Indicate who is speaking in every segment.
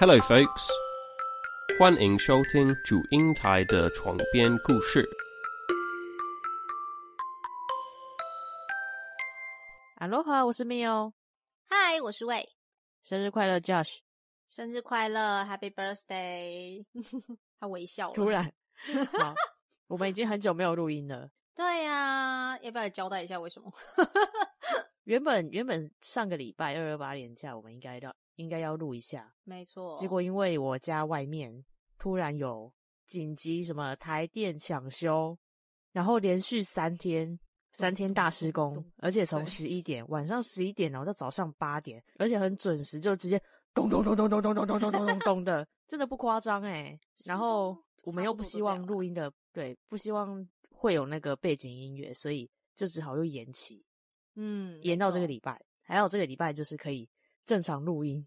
Speaker 1: Hello, folks！欢迎收听主英台的床边故事。
Speaker 2: 哈喽哈，我是 Mio，
Speaker 3: 嗨，我是魏，
Speaker 2: 生日快乐，Josh！
Speaker 3: 生日快乐，Happy Birthday！他 微笑 了，
Speaker 2: 突然， 好，我们已经很久没有录音了。
Speaker 3: 对呀、啊，要不要来交代一下为什么？
Speaker 2: 原本原本上个礼拜二二八连假，我们应该要应该要录一下，
Speaker 3: 没错，
Speaker 2: 结果因为我家外面突然有紧急什么台电抢修，然后连续三天三天大施工，而且从
Speaker 3: 对
Speaker 2: 十一点晚上十一点然后到早上八点，而且很准时，就直接咚咚咚咚咚咚咚咚咚咚咚咚的，真的不夸张哎。然后我们又不希望录音的，对，不希望会有那个背景音乐，所以就只好又延期。
Speaker 3: 嗯，
Speaker 2: 延到这个
Speaker 3: 没
Speaker 2: 礼拜，还有这个礼拜就是可以正常录音。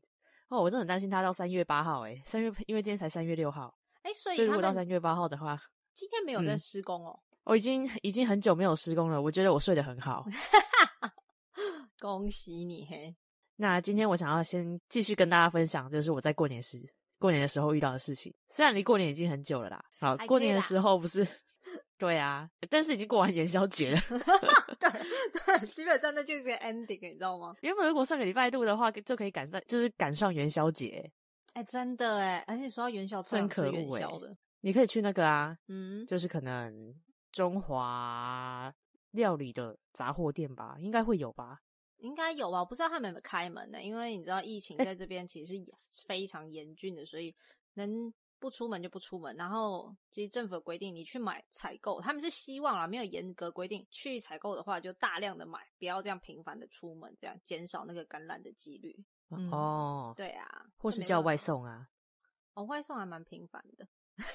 Speaker 2: 哦，我真的很担心他到三月八号、欸，诶，三月因为今天才三月六号，
Speaker 3: 错，哎，所
Speaker 2: 所以
Speaker 3: 以
Speaker 2: 如
Speaker 3: 他
Speaker 2: 果到
Speaker 3: 们
Speaker 2: 三月八号的话，
Speaker 3: 今天没有在
Speaker 2: 嗯
Speaker 3: 施工哦，
Speaker 2: 我已经已经很久没有施工了，我觉得我睡得很 好。
Speaker 3: 恭喜你 嘿，
Speaker 2: 那今天我想要先继续跟大家分享，就是我在过年时过年的时候遇到的事情。虽然离过年已经很久了啦，好，
Speaker 3: 还
Speaker 2: 过
Speaker 3: 可以
Speaker 2: 年的
Speaker 3: 啦
Speaker 2: 时候不 是，对啊，但是已经过完元宵节了。
Speaker 3: 对对，基本上那就是个 ending，你知道吗？
Speaker 2: 原本如果上个礼拜录的话，就可以赶上，就是赶上元宵节欸。
Speaker 3: 哎，真的哎，而且说到元宵，
Speaker 2: 真可
Speaker 3: 元
Speaker 2: 恶哎
Speaker 3: 宵的，
Speaker 2: 你可以去那个啊，
Speaker 3: 嗯，
Speaker 2: 就是可能中华料理的杂货店吧，应该会有吧。
Speaker 3: 应该有吧？我不知道他们有没有开门呢，因为你知道疫情在这边其实也非常严峻的，所以能不出门就不出门。然后其实政府有规定，你去买采购，他们是希望啊，没有严格规定，去采购的话就大量的买，不要这样频繁的出门，这样减少那个感染的几率。嗯
Speaker 2: 哦，
Speaker 3: 对啊，
Speaker 2: 或
Speaker 3: 这
Speaker 2: 是
Speaker 3: 没
Speaker 2: 叫
Speaker 3: 办法
Speaker 2: 外，送啊，
Speaker 3: 哦，外送还蛮频繁的。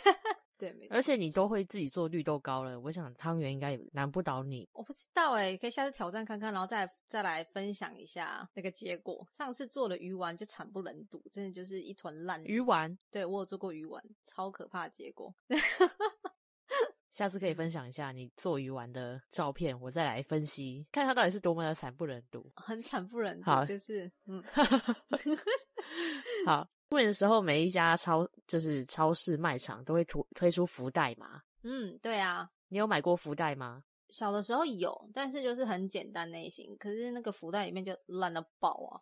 Speaker 3: 对，没错
Speaker 2: 而且你都会自己做绿豆糕了，我想汤圆应该也难不倒你。
Speaker 3: 我不知道哎、可以下次挑战看看，然后再再来分享一下那个结果。上次做了鱼丸就惨不忍睹，真的就是一团烂
Speaker 2: 鱼丸，
Speaker 3: 对我有做过鱼丸，超可怕的结果。
Speaker 2: 下次可以
Speaker 3: 嗯
Speaker 2: 分享一下你做鱼丸的照片，我再来分析，看它到底是多么的惨不忍睹。
Speaker 3: 很惨不忍睹
Speaker 2: 好，
Speaker 3: 就是嗯，
Speaker 2: 好，过年的时候每一家超就是超市卖场都会推推出福袋嘛，
Speaker 3: 嗯，对啊，
Speaker 2: 你有买过福袋吗？
Speaker 3: 小的时候有，但是就是很简单类型，可是那个福袋里面就烂到爆啊，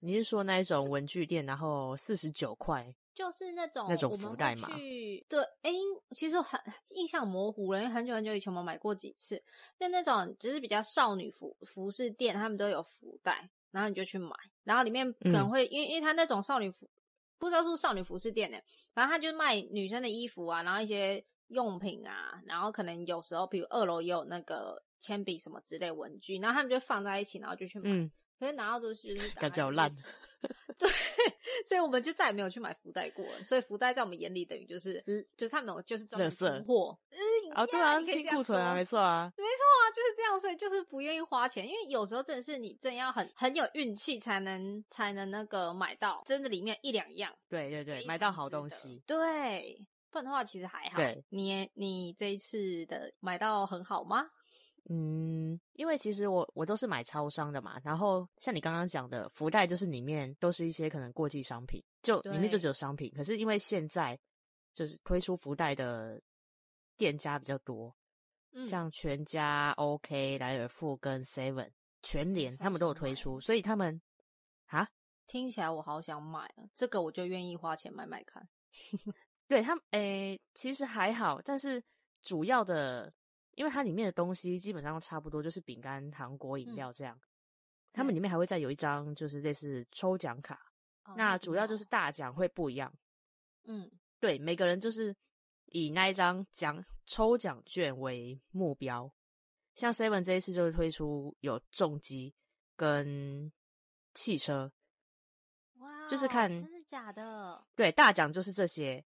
Speaker 2: 你是说那一种文具店，然后四十九块
Speaker 3: 就是那种
Speaker 2: 那种
Speaker 3: 我们
Speaker 2: 福
Speaker 3: 会
Speaker 2: 袋嘛
Speaker 3: 去对，哎、其实很印象模糊了，因为很久很久以前我们买过几次，就那种就是比较少女服服饰店，他们都有福袋，然后你就去买，然后里面可
Speaker 2: 嗯
Speaker 3: 能会、因为因为他那种少女服不知道是不是少女服饰店呢、反正他就卖女生的衣服啊，然后一些用品啊，然后可能有时候比如二楼也有那个铅笔什么之类文具，然后他们就放在一起，然后就去买。
Speaker 2: 嗯，
Speaker 3: 可是拿到的是就是打
Speaker 2: 感觉
Speaker 3: 开
Speaker 2: 好
Speaker 3: 就是
Speaker 2: 烂。
Speaker 3: 对，所以我们就再也没有去买福袋过了。所以福袋在我们眼里等于就是，就是他们就是专
Speaker 2: 嗯
Speaker 3: 门
Speaker 2: 垃圾
Speaker 3: 囤货。嗯
Speaker 2: 啊，对
Speaker 3: 呀
Speaker 2: 啊，
Speaker 3: 你可以
Speaker 2: 清
Speaker 3: 这样
Speaker 2: 库存啊，
Speaker 3: 说
Speaker 2: 没错啊。
Speaker 3: 没错啊，就是这样，所以就是不愿意花钱，因为有时候真的是你真要很很有运气才能才能那个买到真的里面一两样，
Speaker 2: 对对对，
Speaker 3: 非
Speaker 2: 买到
Speaker 3: 常
Speaker 2: 好
Speaker 3: 值
Speaker 2: 东
Speaker 3: 得
Speaker 2: 西。。
Speaker 3: 对，不然的话其实还好。
Speaker 2: 对，
Speaker 3: 你你这一次的买到很好吗？
Speaker 2: 嗯，因为其实我我都是买超商的嘛，然后像你刚刚讲的福袋，就是里面都是一些可能过季商品，就里面就
Speaker 3: 对
Speaker 2: 只有商品。可是因为现在就是推出福袋的店家比较多，
Speaker 3: 嗯，
Speaker 2: 像全家、OK、莱尔富跟 Seven、全联，他们都有推出，所以他们啊，
Speaker 3: 听起来我好想买啊，这个我就愿意花钱买买看。
Speaker 2: 对他们，诶、其实还好，但是主要的，因为它里面的东西基本上都差不多，就是饼干、糖果、饮
Speaker 3: 嗯
Speaker 2: 料这样。他们
Speaker 3: 对
Speaker 2: 里面还会再有一张，就是类似抽奖卡。
Speaker 3: 哦
Speaker 2: 那
Speaker 3: 挺
Speaker 2: 主要就
Speaker 3: 好
Speaker 2: 是大奖会不一样，
Speaker 3: 嗯，
Speaker 2: 对，每个人就是以那一张奖抽奖券为目标。像 Seven 这一次就是推出有重机跟汽车，
Speaker 3: 哇
Speaker 2: 就是
Speaker 3: 哦
Speaker 2: 看
Speaker 3: 真的假的？
Speaker 2: 对，大奖就是这些，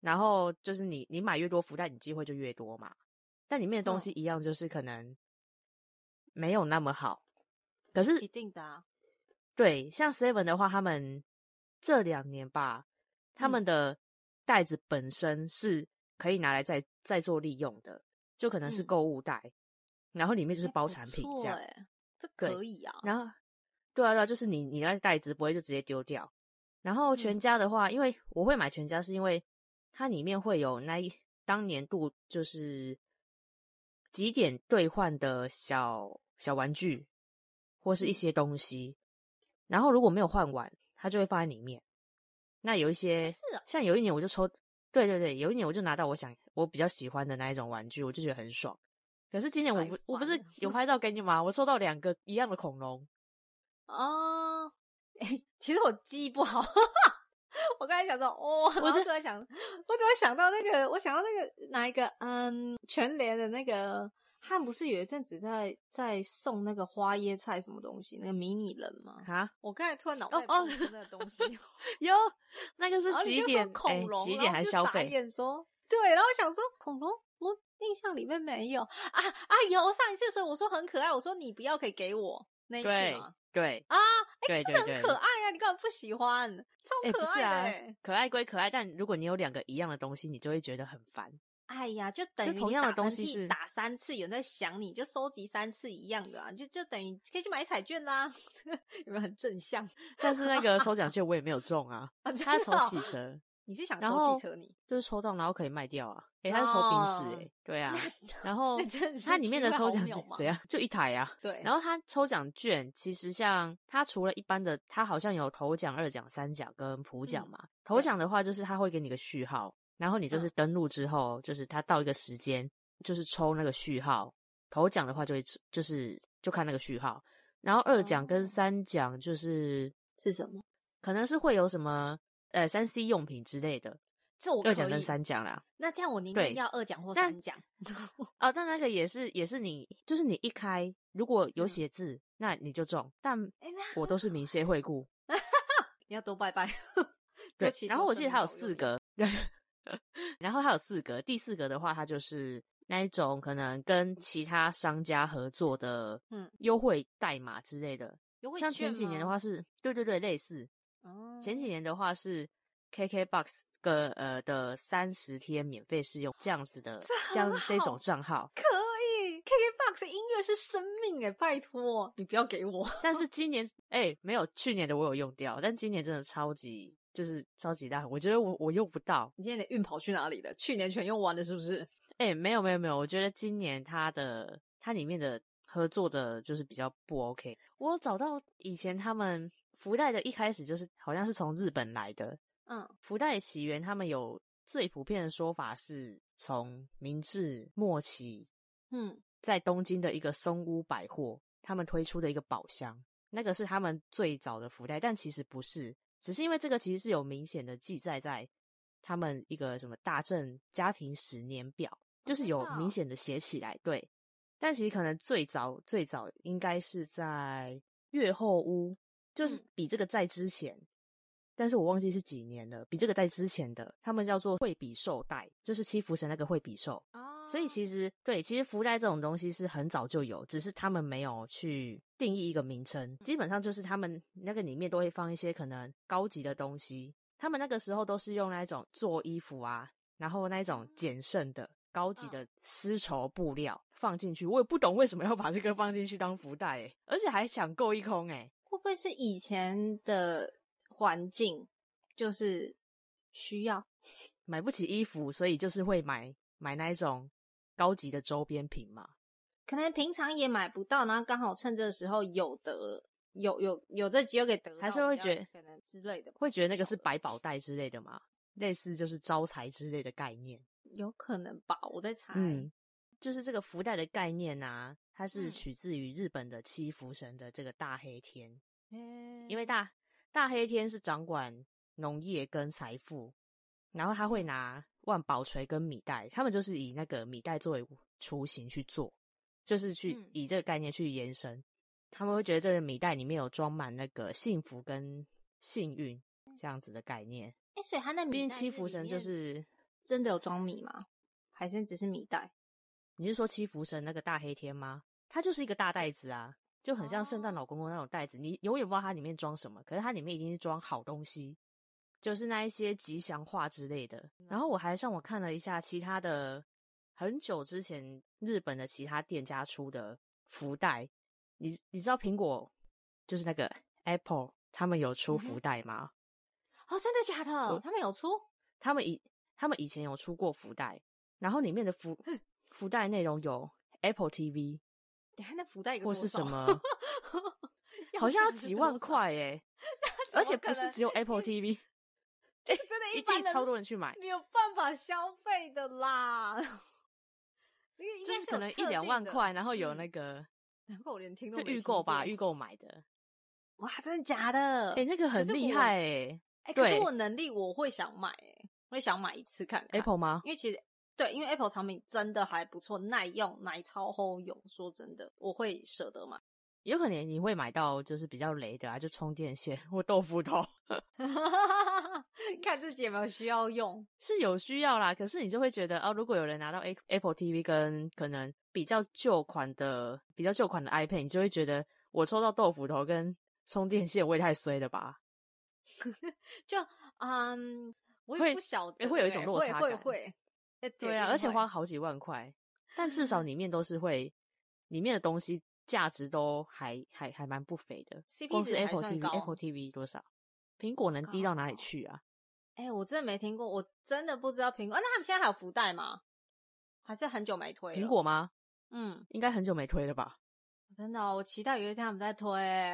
Speaker 2: 然后就是你你买越多福袋，你机会就越多嘛。但里面的东
Speaker 3: 嗯
Speaker 2: 西一样，就是可能没有那么好。可是
Speaker 3: 一定的、啊，
Speaker 2: 对，像 Seven 的话，他们这两年吧，
Speaker 3: 嗯
Speaker 2: 他们的袋子本身是可以拿来再再做利用的，就可能是
Speaker 3: 嗯
Speaker 2: 购物袋，然后里面就是
Speaker 3: 哎
Speaker 2: 包
Speaker 3: 不
Speaker 2: 产品
Speaker 3: 错
Speaker 2: 这样。
Speaker 3: 哎这
Speaker 2: 对
Speaker 3: 可以啊。
Speaker 2: 然后，对啊，对啊，就是你你那袋子不会就直接丢掉，然后全家的话，因为我会买全家，是因为它里面会有那一当年度就是几点兑换的小小玩具或是一些东西，然后如果没有换完，它就会放在里面。那有一些
Speaker 3: 是啊
Speaker 2: 像有一年我就抽，对对对，有一年我就拿到我想我比较喜欢的那一种玩具，我就觉得很爽。可是今年我
Speaker 3: 太
Speaker 2: 不我不
Speaker 3: 烦
Speaker 2: 是
Speaker 3: 了
Speaker 2: 有拍照给你吗？我抽到两个一样的恐龙，
Speaker 3: 哦，哎其实我记忆不好。 我刚才想到，哦，然后
Speaker 2: 这
Speaker 3: 突然想，我怎么想到那个？我想到那个哪一个？嗯，全联的那个，他们不是有一阵子在在送那个花椰菜什么东西，那个迷你人吗？
Speaker 2: 啊，
Speaker 3: 我刚才突然脑袋
Speaker 2: 哦哦
Speaker 3: 蹦出那个东西，
Speaker 2: 哟，那个是
Speaker 3: 然后哦你
Speaker 2: 几
Speaker 3: 就说
Speaker 2: 点？哎
Speaker 3: 恐龙，
Speaker 2: 几
Speaker 3: 然
Speaker 2: 点
Speaker 3: 后
Speaker 2: 还
Speaker 3: 就
Speaker 2: 消
Speaker 3: 傻
Speaker 2: 费？
Speaker 3: 眼说对，然后我想说恐龙，我印象里面没有啊啊有上一次，所以我说很可爱，我说你不要可以给我那一次
Speaker 2: 对
Speaker 3: 嘛
Speaker 2: 对，
Speaker 3: 啊，哎、
Speaker 2: 对对
Speaker 3: 真的
Speaker 2: 对
Speaker 3: 很可爱啊，你根本不喜欢，
Speaker 2: 哎，
Speaker 3: 超可
Speaker 2: 不是
Speaker 3: 爱的、
Speaker 2: 啊
Speaker 3: 哎，
Speaker 2: 可爱归可爱，但如果你有两个一样的东西，你就会觉得很烦。
Speaker 3: 哎呀，就等于
Speaker 2: 就
Speaker 3: 你
Speaker 2: 同样的
Speaker 3: 打
Speaker 2: 东
Speaker 3: 喷
Speaker 2: 西
Speaker 3: 嚏
Speaker 2: 是
Speaker 3: 打三次，有人在想你，就收集三次一样的啊，就就等于可以去买彩券啦， 有没有很正向？
Speaker 2: 但是那个抽奖券我也没有中 啊，
Speaker 3: 啊真
Speaker 2: 他
Speaker 3: 的
Speaker 2: 抽
Speaker 3: 哦
Speaker 2: 汽车，
Speaker 3: 你是想
Speaker 2: 然
Speaker 3: 收
Speaker 2: 后
Speaker 3: 汽车你？
Speaker 2: 就是抽到然后可以卖掉啊。诶，他是抽冰室
Speaker 3: 哦
Speaker 2: 诶，对啊，然后
Speaker 3: 那真的是
Speaker 2: 它里面的
Speaker 3: 鸡
Speaker 2: 抽
Speaker 3: 毛
Speaker 2: 奖
Speaker 3: 鸟
Speaker 2: 券
Speaker 3: 嘛
Speaker 2: 怎样？就一台啊。
Speaker 3: 对，
Speaker 2: 然后它抽奖券其实像它除了一般的，它好像有头奖、二奖、三奖跟普奖
Speaker 3: 嗯
Speaker 2: 嘛。头
Speaker 3: 对
Speaker 2: 奖的话就是它会给你个序号，然后你就是
Speaker 3: 嗯
Speaker 2: 登录之后，就是它到一个时间就是抽那个序号。头奖的话就会吃就是就看那个序号，然后二奖跟
Speaker 3: 哦
Speaker 2: 三奖就是
Speaker 3: 是什么？
Speaker 2: 可能是会有什么呃三 C 用品之类的，
Speaker 3: 这我可
Speaker 2: 二
Speaker 3: 以。
Speaker 2: 奖跟三奖啦。
Speaker 3: 那这样我宁
Speaker 2: 对
Speaker 3: 愿要二奖或
Speaker 2: 但
Speaker 3: 三奖。
Speaker 2: 哦，但那个也是也是你，就是你一开如果有
Speaker 3: 嗯
Speaker 2: 写字，那你就中。但
Speaker 3: 哎，那
Speaker 2: 我都是 明谢惠顾，
Speaker 3: 你要多拜 拜。
Speaker 2: 对
Speaker 3: 多祈。
Speaker 2: 然
Speaker 3: 求
Speaker 2: 后我记
Speaker 3: 圣
Speaker 2: 得它有
Speaker 3: 母保佑
Speaker 2: 四
Speaker 3: 你，
Speaker 2: 格， 然后它有四格，第四格的话，它就是那一种可能跟其他商家合作的，
Speaker 3: 嗯
Speaker 2: 优惠代码之类的。
Speaker 3: 有问
Speaker 2: 像前
Speaker 3: 卷
Speaker 2: 几年的
Speaker 3: 吗，
Speaker 2: 话是，对对对，类似。
Speaker 3: 哦
Speaker 2: 前几年的话是 KKBox 跟呃的三十天免费试用这样子的，这
Speaker 3: 这
Speaker 2: 样
Speaker 3: 很
Speaker 2: 这种
Speaker 3: 好
Speaker 2: 账号。
Speaker 3: 可以，KKBOX 音乐是生命哎，拜托你不要给我。
Speaker 2: 但是今年哎、没有去年的我有用掉，但今年真的超级就是超级大，我觉得我我用不到。
Speaker 3: 你今天的运跑去哪里了？去年全用完了是不是？
Speaker 2: 哎、没有没有没有，我觉得今年它的它里面的合作的就是比较不 OK。我有找到以前他们福袋的一开始就是好像是从日本来的，
Speaker 3: 嗯，
Speaker 2: 福袋起源他们有最普遍的说法是从明治末期
Speaker 3: 嗯，
Speaker 2: 在东京的一个松屋百货，他们推出的一个宝箱，那个是他们最早的福袋，但其实不是，只是因为这个其实是有明显的记载在他们一个什么大正家庭十年表，就是
Speaker 3: 真
Speaker 2: 有
Speaker 3: 的哦
Speaker 2: 明显的写起来，对。但其实可能最早最早应该是在月后屋，就是
Speaker 3: 嗯
Speaker 2: 比这个在之前，但是我忘记是几年了，比这个在之前的，他们叫做惠比寿袋，就是七福神那个惠比寿。
Speaker 3: 哦
Speaker 2: 所以其实对，其实福袋这种东西是很早就有，只是他们没有去定义一个名称。基本上就是他们那个里面都会放一些可能高级的东西，他们那个时候都是用那一种做衣服啊，然后那一种简剩的高级的丝绸布料放进去。我也不懂为什么要把这个放进去当福袋、欸，而且还抢购一空、欸，
Speaker 3: 会不会是以前的环境就是需要？
Speaker 2: 买不起衣服，所以就是会买买那一种高级的周边品嘛。
Speaker 3: 可能平常也买不到，然后刚好趁这个时候有得有有有这机会给得到，
Speaker 2: 还是会
Speaker 3: 比较
Speaker 2: 觉
Speaker 3: 可能之类的吧，
Speaker 2: 会觉得那个是
Speaker 3: 不晓
Speaker 2: 百宝袋之类的嘛，类似就是招财之类的概念。
Speaker 3: 得有可能吧，我在猜。
Speaker 2: 嗯，就是这个福袋的概念啊，它是
Speaker 3: 嗯
Speaker 2: 取自于日本的七福神的这个大黑天，
Speaker 3: 诶，
Speaker 2: 因为大大黑天是掌管农业跟财富，然后他会拿万宝锤跟米袋，他们就是以那个米袋作为雏形去做，就是去
Speaker 3: 嗯
Speaker 2: 以这个概念去延伸。他们会觉得这个米袋里面有装满那个幸福跟幸运这样子的概念。
Speaker 3: 哎、所以他那米
Speaker 2: 毕竟
Speaker 3: 袋
Speaker 2: 七
Speaker 3: 是
Speaker 2: 福
Speaker 3: 里
Speaker 2: 神就
Speaker 3: 面
Speaker 2: 是，
Speaker 3: 真的有装米吗？还是只是米袋？
Speaker 2: 你是说七福神那个大黑天吗？它就是一个大袋子啊，就很像圣诞
Speaker 3: 哦
Speaker 2: 老公公那种袋子，你永远不知道它里面装什么，可是它里面一定是装好东西，就是那一些吉祥话之类的。然后我还上网看了一下其他的，很久之前日本的其他店家出的福袋，你你知道苹果就是那个 Apple 他们有出
Speaker 3: 嗯哼
Speaker 2: 福袋吗？
Speaker 3: 哦，真的假的？
Speaker 2: 我
Speaker 3: 他们有出？
Speaker 2: 他们以他们以前有出过福袋，然后里面的福福袋内容有 Apple TV
Speaker 3: 等一下那福袋一个
Speaker 2: 或
Speaker 3: 多
Speaker 2: 是
Speaker 3: 少
Speaker 2: 什？么，好像要
Speaker 3: 价是
Speaker 2: 几
Speaker 3: 多
Speaker 2: 万
Speaker 3: 少
Speaker 2: 块，哎、
Speaker 3: 怎
Speaker 2: 而
Speaker 3: 么
Speaker 2: 且
Speaker 3: 可
Speaker 2: 不是
Speaker 3: 能
Speaker 2: 只有 Apple TV，
Speaker 3: 这真的
Speaker 2: 一
Speaker 3: 一般
Speaker 2: 定
Speaker 3: 人
Speaker 2: 超多人去买，
Speaker 3: 没有办法消费的啦。那个应
Speaker 2: 就
Speaker 3: 该
Speaker 2: 是可
Speaker 3: 有
Speaker 2: 能一
Speaker 3: 特
Speaker 2: 两
Speaker 3: 定
Speaker 2: 万
Speaker 3: 的
Speaker 2: 块，然后有
Speaker 3: 嗯
Speaker 2: 那个
Speaker 3: 难怪我连听都
Speaker 2: 就
Speaker 3: 没
Speaker 2: 预
Speaker 3: 听
Speaker 2: 购吧，
Speaker 3: 过
Speaker 2: 预购买的，
Speaker 3: 哇，真的假的？
Speaker 2: 哎、那个很
Speaker 3: 是
Speaker 2: 厉
Speaker 3: 我
Speaker 2: 害哎、
Speaker 3: 哎、可是
Speaker 2: 对
Speaker 3: 我能力我会想买、哎，我会想买一次看看
Speaker 2: Apple 吗？
Speaker 3: 因为其实对，因为 Apple 产品真的还不错，耐用、耐操、齁用。说真的，我会舍得买。
Speaker 2: 有可能你会买到就是比较雷的啊，就充电线或豆腐头
Speaker 3: 看自己有没有需要用。
Speaker 2: 是有需要啦，可是你就会觉得哦，如果有人拿到 A- Apple TV 跟可能比较旧款的比较旧款的 iPad，你就会觉得我抽到豆腐头跟充电线，我也太衰了吧？
Speaker 3: 就嗯，我也
Speaker 2: 会
Speaker 3: 不晓得、
Speaker 2: 哎会有一种
Speaker 3: 哎
Speaker 2: 落
Speaker 3: 会
Speaker 2: 差
Speaker 3: 会
Speaker 2: 感
Speaker 3: 会。哎
Speaker 2: 对啊，而且花，好几万块，但至 少里面都是会，里面的东西价值都还还还蛮不菲的。
Speaker 3: CP
Speaker 2: 光是
Speaker 3: 值还
Speaker 2: Apple
Speaker 3: 算高
Speaker 2: TV，Apple TV 多少？苹果能低到哪里去啊？
Speaker 3: 哎、我真的没听过，我真的不知道苹果、啊。那他们现在还有福袋吗？还是很久没推了
Speaker 2: 苹？果吗？
Speaker 3: 嗯，
Speaker 2: 应该很久没推了吧？
Speaker 3: 真的哦、我期待有一天他们在推、欸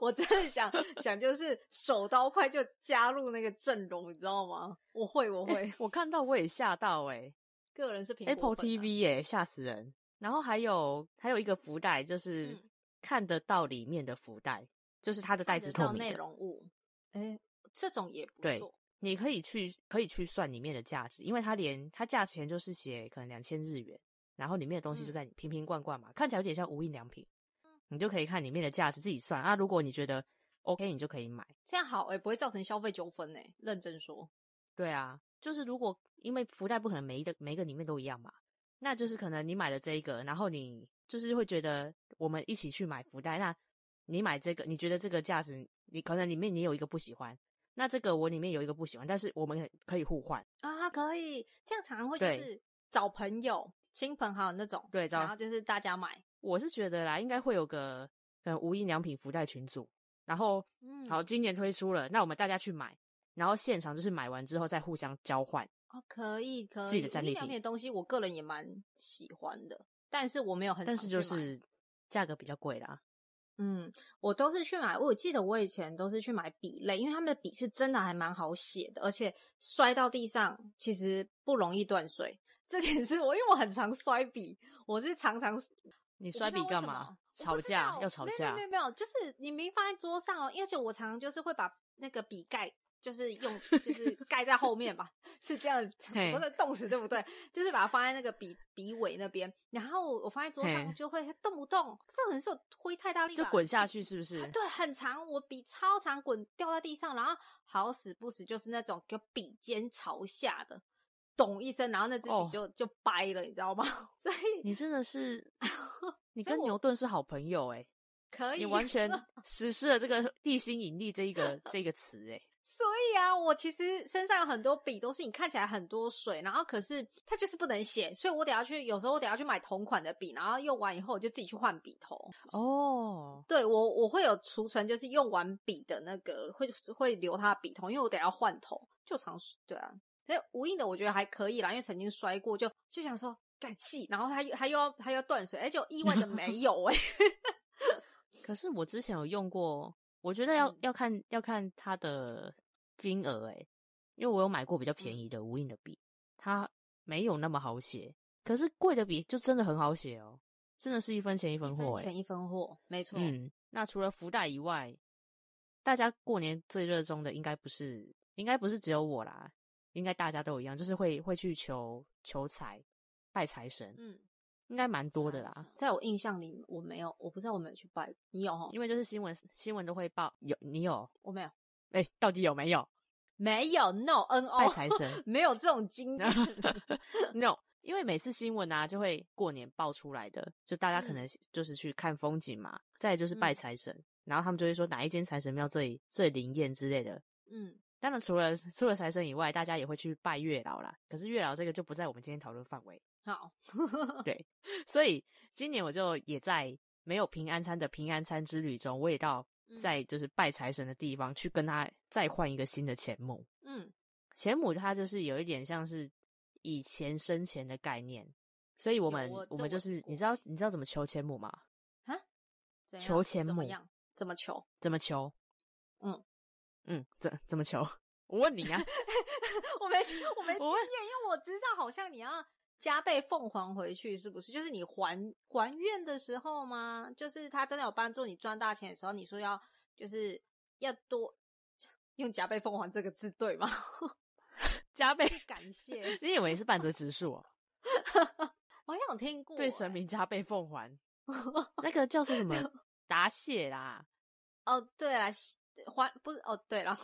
Speaker 3: 我真的想想就是手刀快就加入那个阵容，你知道吗？我会，我会，
Speaker 2: 我看到我也吓到哎、
Speaker 3: 个人是苹果
Speaker 2: Apple
Speaker 3: 粉啊
Speaker 2: TV 耶、吓死人！然后还有还有一个福袋，就是
Speaker 3: 嗯
Speaker 2: 看得到里面的福袋，就是它的袋
Speaker 3: 看
Speaker 2: 子
Speaker 3: 得
Speaker 2: 是透
Speaker 3: 到
Speaker 2: 明
Speaker 3: 内
Speaker 2: 的
Speaker 3: 容物，哎、这种也不
Speaker 2: 对
Speaker 3: 错。
Speaker 2: 你可以去可以去算里面的价值，因为它连它价钱就是写可能两千日元，然后里面的东西就
Speaker 3: 嗯
Speaker 2: 在你瓶瓶罐罐嘛，看起来有点像无印良品，你就可以看里面的价值自己算啊。如果你觉得 OK，你就可以买。
Speaker 3: 这样好哎、不会造成消费纠纷哎。认真说，
Speaker 2: 对啊，就是如果因为福袋不可能每一个每一个里面都一样嘛，那就是可能你买了这一个，然后你就是会觉得我们一起去买福袋，那你买这个，你觉得这个价值，你可能里面你有一个不喜欢，那这个我里面有一个不喜欢，但是我们可以互换。
Speaker 3: 啊，可以这样常常会就
Speaker 2: 对
Speaker 3: 是找朋友、亲朋好友那种，
Speaker 2: 对找
Speaker 3: 然后就是大家买，
Speaker 2: 我是觉得啦，应该会有个可能无印良品福袋群组，然后
Speaker 3: 嗯，
Speaker 2: 好，今年推出了，那我们大家去买，然后现场就是买完之后再互相交换。
Speaker 3: 哦，可以可以。
Speaker 2: 自己的战
Speaker 3: 无印
Speaker 2: 利
Speaker 3: 良
Speaker 2: 品
Speaker 3: 品的东西，我个人也蛮喜欢的，但是我没有很常
Speaker 2: 但
Speaker 3: 去
Speaker 2: 是就
Speaker 3: 买，
Speaker 2: 是价格比较贵啦，
Speaker 3: 嗯，我都是去买。我记得我以前都是去买笔类，因为他们的笔是真的还蛮好写的，而且摔到地上其实不容易断水。这点是我，因为我很常摔笔，我是常常
Speaker 2: 你
Speaker 3: 你
Speaker 2: 摔笔干嘛？吵架要吵架
Speaker 3: 没有没有没有，就是你明明放在桌上哦，而且我常常就是会把那个笔盖。就是 用，就是盖在后面吧，是这样讲，
Speaker 2: 嘿
Speaker 3: 我的动词对不对？就是把它放在那个笔笔尾那边，然后我放在桌上
Speaker 2: 嘿
Speaker 3: 就会动不动，不知道可能是我挥太大力吧，
Speaker 2: 就滚下去是不是？
Speaker 3: 对，很长，我笔超长，滚掉在地上，然后好死不死就是那种给笔尖朝下的，咚一声，然后那支
Speaker 2: 哦
Speaker 3: 笔就、就掰了，你知道吗？ 所以
Speaker 2: 你真的是，你
Speaker 3: 所以
Speaker 2: 跟
Speaker 3: 我
Speaker 2: 牛顿是好朋友哎、
Speaker 3: 可以，
Speaker 2: 你完全 实施了这个地心引力这一个这个词哎、
Speaker 3: 所以啊，我其实身上有很多笔都是你看起来很多水，然后可是它就是不能写，所以我得要去，有时候我得要去买同款的笔，然后用完以后我就自己去换笔头。
Speaker 2: 哦，
Speaker 3: 对我我会有储存，就是用完笔的那个会会留它的笔筒，因为我等一下要换头，就常对啊。所以无印的我觉得还可以啦，因为曾经摔过就，就想说干细，然后它又它又要它又要断水，而且我意外的 没有哎、
Speaker 2: 可是我之前有用过，我觉得要、
Speaker 3: 嗯
Speaker 2: 要看要看它的金额诶、因为我有买过比较便宜的无印的笔，它没有那么好写，可是贵的笔就真的很好写哦，真的是一分钱一分
Speaker 3: 分
Speaker 2: 货诶、欸哎
Speaker 3: 钱一分货，没错。
Speaker 2: 嗯，那除了福袋以外，大家过年最热衷的应该不是，应该不是只有我啦，应该大家都一样，就是会会去求求财、拜财神，
Speaker 3: 嗯
Speaker 2: 应该蛮多的啦。
Speaker 3: 在我印象里我没有，我不知道我没有去拜，你有哈？
Speaker 2: 因为就是新闻新闻都会报，有你有
Speaker 3: 我没有，
Speaker 2: 哎、到底有没有
Speaker 3: 哦没有，no n
Speaker 2: 拜
Speaker 3: o，
Speaker 2: 财神
Speaker 3: 没有这种经验。
Speaker 2: ？No，因为每次新闻啊就会过年爆出来的，就大家可能就是去看风景嘛，再来就是拜
Speaker 3: 嗯
Speaker 2: 财神，然后他们就会说哪一间财神庙最最灵验之类的。
Speaker 3: 嗯，
Speaker 2: 当然，除了除了财神以外，大家也会去拜月老啦。可是月老这个就不在我们今天讨论范围，
Speaker 3: 好，
Speaker 2: 所以今年我就也在没有平安餐的平安餐之旅中，我也到
Speaker 3: 嗯
Speaker 2: 在就是拜财神的地方去跟他再换一个新的钱母。
Speaker 3: 嗯，
Speaker 2: 钱母它就是有一点像是以前生前的概念，所以我们
Speaker 3: 有我
Speaker 2: 们就
Speaker 3: 这我
Speaker 2: 是你
Speaker 3: 听过
Speaker 2: 知道你知道怎么求钱母吗？
Speaker 3: 怎样
Speaker 2: 求钱
Speaker 3: 怎么
Speaker 2: 母
Speaker 3: 样？怎么 求？
Speaker 2: 怎么求？
Speaker 3: 嗯
Speaker 2: 嗯，怎怎么求？ 我问你啊，
Speaker 3: 我没我没经
Speaker 2: 我问
Speaker 3: 验，因为我知道好像你要加倍奉还回去，是不是？就是你还还愿的时候吗？就是他真的有帮助你赚大钱的时候，你说要就是要多 用加倍奉还这个字对吗？
Speaker 2: 加倍，
Speaker 3: 感谢，
Speaker 2: 你以为是半折指数哦？
Speaker 3: 我好像有听过、
Speaker 2: 对
Speaker 3: 欸
Speaker 2: 神明加倍奉还，那个叫做什么？答谢啦，
Speaker 3: 哦，对啊，还不是哦，对了，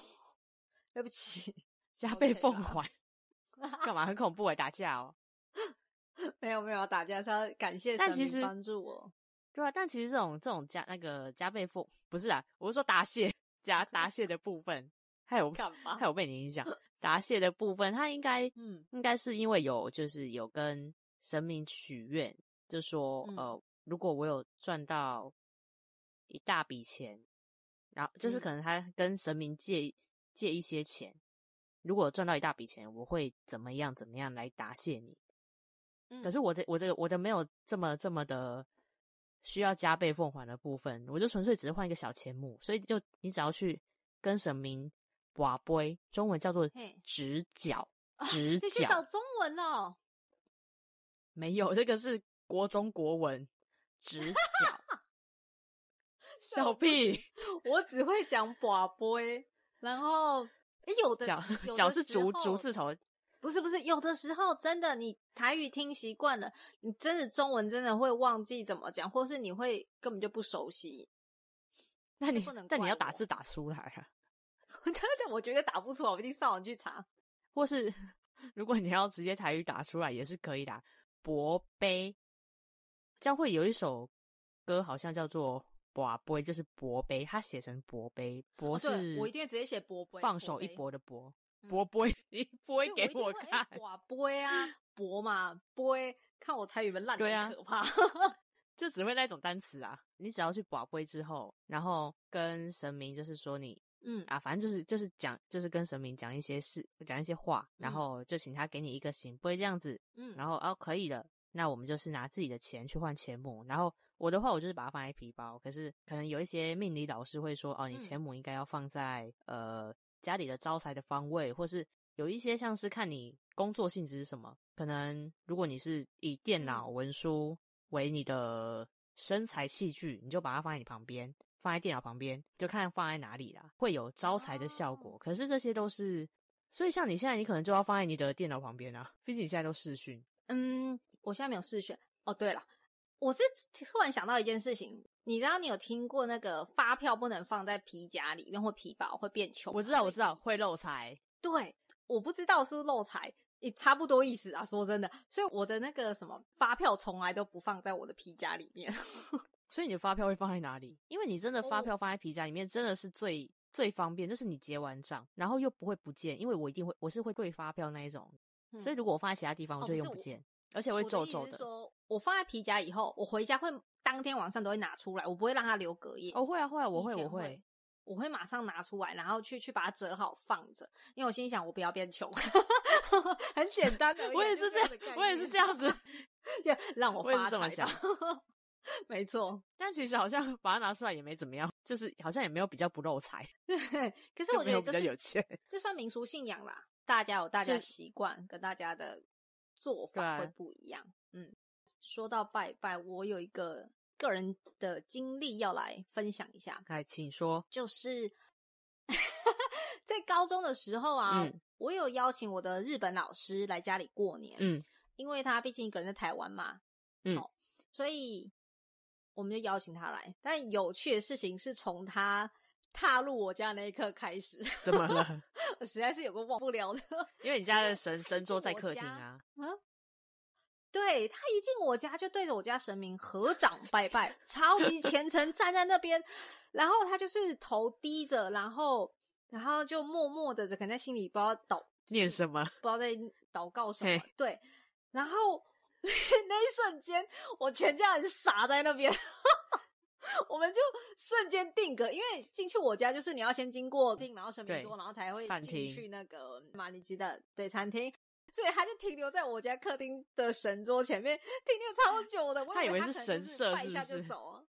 Speaker 3: 对不起，
Speaker 2: 加倍
Speaker 3: OK
Speaker 2: 奉
Speaker 3: 啦
Speaker 2: 还，干嘛？很恐怖哎、打架哦。
Speaker 3: 没有没有要打架，是要感谢
Speaker 2: 但
Speaker 3: 神
Speaker 2: 其实
Speaker 3: 明帮助 我。
Speaker 2: 对啊，但其实这种这种加那个加倍奉不是啊，我是说答谢加答谢的部分， 还 有
Speaker 3: 干嘛
Speaker 2: 还有被你影响答谢的部分，它应该
Speaker 3: 嗯
Speaker 2: 应该是因为有就是有跟神明许愿，就说、
Speaker 3: 嗯
Speaker 2: 呃，如果我有赚到一大笔钱，然后就是
Speaker 3: 嗯
Speaker 2: 可能他跟神明借借一些钱，如果赚到一大笔钱，我会怎么样怎么样来答谢你。
Speaker 3: 嗯，
Speaker 2: 可是我这我这个我的没有这么这么的需要加倍奉还的部分，我就纯粹只是换一个小钱目，所以就你只要去跟神明瓦杯，中文叫做
Speaker 3: 嘿
Speaker 2: 直 角，直
Speaker 3: 你去找
Speaker 2: 角
Speaker 3: 中文哦，
Speaker 2: 没有这个是国中国文 直角，小屁
Speaker 3: 我只会讲寡杯，然后诶有的
Speaker 2: 角
Speaker 3: 有的
Speaker 2: 角是
Speaker 3: 时
Speaker 2: 竹
Speaker 3: 候
Speaker 2: 竹字头，
Speaker 3: 不是不是，有的时候真的你台语听习惯了，你真的中文真的会忘记怎么讲，或是你会根本就不熟悉。
Speaker 2: 那你
Speaker 3: 不能
Speaker 2: 但你
Speaker 3: 怪
Speaker 2: 要打
Speaker 3: 我
Speaker 2: 字打出来啊，
Speaker 3: 真的，我绝对打不出来，我一定上网去查。
Speaker 2: 或是如果你要直接台语打出来也是可以的啊。博杯，这样会有一首歌，好像叫做《博杯》，就是博杯，它写成博杯，博
Speaker 3: 哦对
Speaker 2: 是、
Speaker 3: 我一定会直接写博杯
Speaker 2: 放
Speaker 3: 博
Speaker 2: 手一
Speaker 3: 杯
Speaker 2: 搏的搏，
Speaker 3: 嗯
Speaker 2: 博杯，你不会
Speaker 3: 因为
Speaker 2: 给
Speaker 3: 我一定会哎
Speaker 2: 看
Speaker 3: 诶，寡杯啊，博嘛杯，看我台语们烂
Speaker 2: 对
Speaker 3: 的
Speaker 2: 啊
Speaker 3: 可怕。
Speaker 2: 就只会那种单词啊。你只要去博杯之后，然后跟神明就是说你
Speaker 3: 嗯
Speaker 2: 啊，反正就是就是讲，就是跟神明讲一些事，讲一些话，然
Speaker 3: 嗯
Speaker 2: 后就请他给你一个醒杯这样子，
Speaker 3: 嗯，
Speaker 2: 然后哦可以了，那我们就是拿自己的钱去换钱母。然后我的话，我就是把它放在皮包。可是可能有一些命理老师会说，哦，你
Speaker 3: 嗯
Speaker 2: 钱母应该要放在、呃家里的招财的方位，或是有一些像是看你工作性质是什么。可能如果你是以电脑
Speaker 3: 嗯
Speaker 2: 文书为你的生财器具，你就把它放在你旁边。放在电脑旁边，就看放在哪里啦，会有招财的效果。
Speaker 3: 哦
Speaker 2: 可是这些都是，所以像你现在，你可能就要放在你的电脑旁边啊，毕竟你现在都视讯。
Speaker 3: 嗯，我现在没有试选。哦，对了，我是突然想到一件事情，你知道你有听过那个发票不能放在皮夹里面或皮包会变穷？
Speaker 2: 我知道，我知道。会漏财，
Speaker 3: 对，我不知道是不是漏财，也差不多意思啊。说真的，所以我的那个什么发票从来都不放在我的皮夹里面。
Speaker 2: 所以你的发票会放在哪里？因为你真的发
Speaker 3: 哦
Speaker 2: 票放在皮夹里面，真的是最最方便，就是你结完账，然后又不会不见，因为我一定会，我是会对发票那一种，所以如果我放在其他地方，我
Speaker 3: 嗯哦
Speaker 2: 就
Speaker 3: 不
Speaker 2: 用
Speaker 3: 是
Speaker 2: 不
Speaker 3: 我
Speaker 2: 见，而且会皱皱
Speaker 3: 我的意思是
Speaker 2: 的。
Speaker 3: 说我放在皮夹以后，我回家会当天晚上都会拿出来，我不会让它留隔夜。
Speaker 2: 哦，会啊会啊，我
Speaker 3: 以
Speaker 2: 会
Speaker 3: 前
Speaker 2: 我
Speaker 3: 会，我会马上拿出来，然后去去把它折好放着，因为我心想我不要变穷， 很简单的，
Speaker 2: 我也是这样
Speaker 3: 的概，念，
Speaker 2: 我也是这样子，
Speaker 3: 就让我
Speaker 2: 我也是
Speaker 3: 发
Speaker 2: 这么
Speaker 3: 财吧， 没错。
Speaker 2: 但其实好像把它拿出来也没怎么样，就是好像也没有比较不漏财，
Speaker 3: 可是
Speaker 2: 就
Speaker 3: 我
Speaker 2: 没
Speaker 3: 觉
Speaker 2: 有比较
Speaker 3: 得这是
Speaker 2: 有钱。
Speaker 3: 这算民俗信仰啦，大家有大
Speaker 2: 就
Speaker 3: 家的
Speaker 2: 是
Speaker 3: 习惯跟大家的做
Speaker 2: 对啊
Speaker 3: 法会不一样。嗯，说到拜拜，我有一个个人的经历要来分享一下。
Speaker 2: 来，哎请说，
Speaker 3: 就是 在高中的时候啊，
Speaker 2: 嗯
Speaker 3: 我有邀请我的日本老师来家里过年，
Speaker 2: 嗯
Speaker 3: 因为他毕竟一个人在台湾嘛，
Speaker 2: 嗯
Speaker 3: 哦，所以我们就邀请他来。但有趣的事情是从他踏入我家那一刻开始，
Speaker 2: 怎么了？
Speaker 3: 我实在是有个忘不了的。
Speaker 2: 因为你家的神神桌在
Speaker 3: 我
Speaker 2: 客厅
Speaker 3: 家
Speaker 2: 啊，
Speaker 3: 对他一进我家就对着我家神明合掌拜拜，超级虔诚站在那边，然后他就是头低着，然后然后就默默的，可能在心里不知道祷
Speaker 2: 念什么？
Speaker 3: 不知道在祷告什么
Speaker 2: 嘿，
Speaker 3: 对， 然后那一瞬间我全家人傻在那边， 我们就瞬间定格，因为进去我家就是你要先经过厅，然后神明桌，然后才会
Speaker 2: 饭
Speaker 3: 进
Speaker 2: 厅
Speaker 3: 去那个马尼基的对餐厅。所以他就停留在我家客厅的神桌前面，停留超久的。我
Speaker 2: 他以
Speaker 3: 以
Speaker 2: 为
Speaker 3: 他
Speaker 2: 是
Speaker 3: 可能
Speaker 2: 神
Speaker 3: 就是
Speaker 2: 社
Speaker 3: 拜一
Speaker 2: 是
Speaker 3: 下
Speaker 2: 不
Speaker 3: 就是走 啊。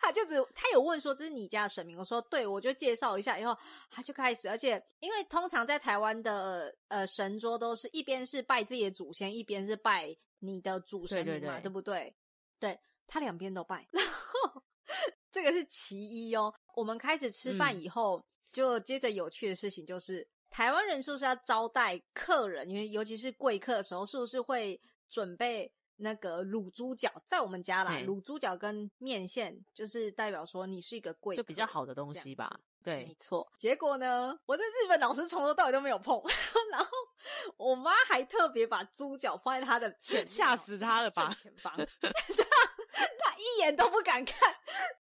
Speaker 3: 他就只他有问说这是你家的神明，我说对，我就介绍一下，以后他就开始，而且因为通常在台湾的呃神桌都是一边是拜自己的祖先，一边是拜你的主神明嘛，
Speaker 2: 对对对
Speaker 3: 不对？对他两边都拜， 然后这个是其一哦。我们开始吃饭
Speaker 2: 嗯
Speaker 3: 以后，就接着有趣的事情就是，台湾人是不是要招待客人？因为尤其是贵客的时候，是不是会准备那个卤猪脚？在我们家啦，
Speaker 2: 嗯
Speaker 3: 卤猪脚跟面线就是代表说你是一个贵客，
Speaker 2: 就比较好的东
Speaker 3: 这样
Speaker 2: 西
Speaker 3: 子
Speaker 2: 吧。对
Speaker 3: 没，错。结果呢，我在日本老师从头到尾都没有碰， 然后我妈还特别把猪脚放在她的前面哦，
Speaker 2: 吓死她了吧
Speaker 3: 正前方， 她她一眼都不敢看。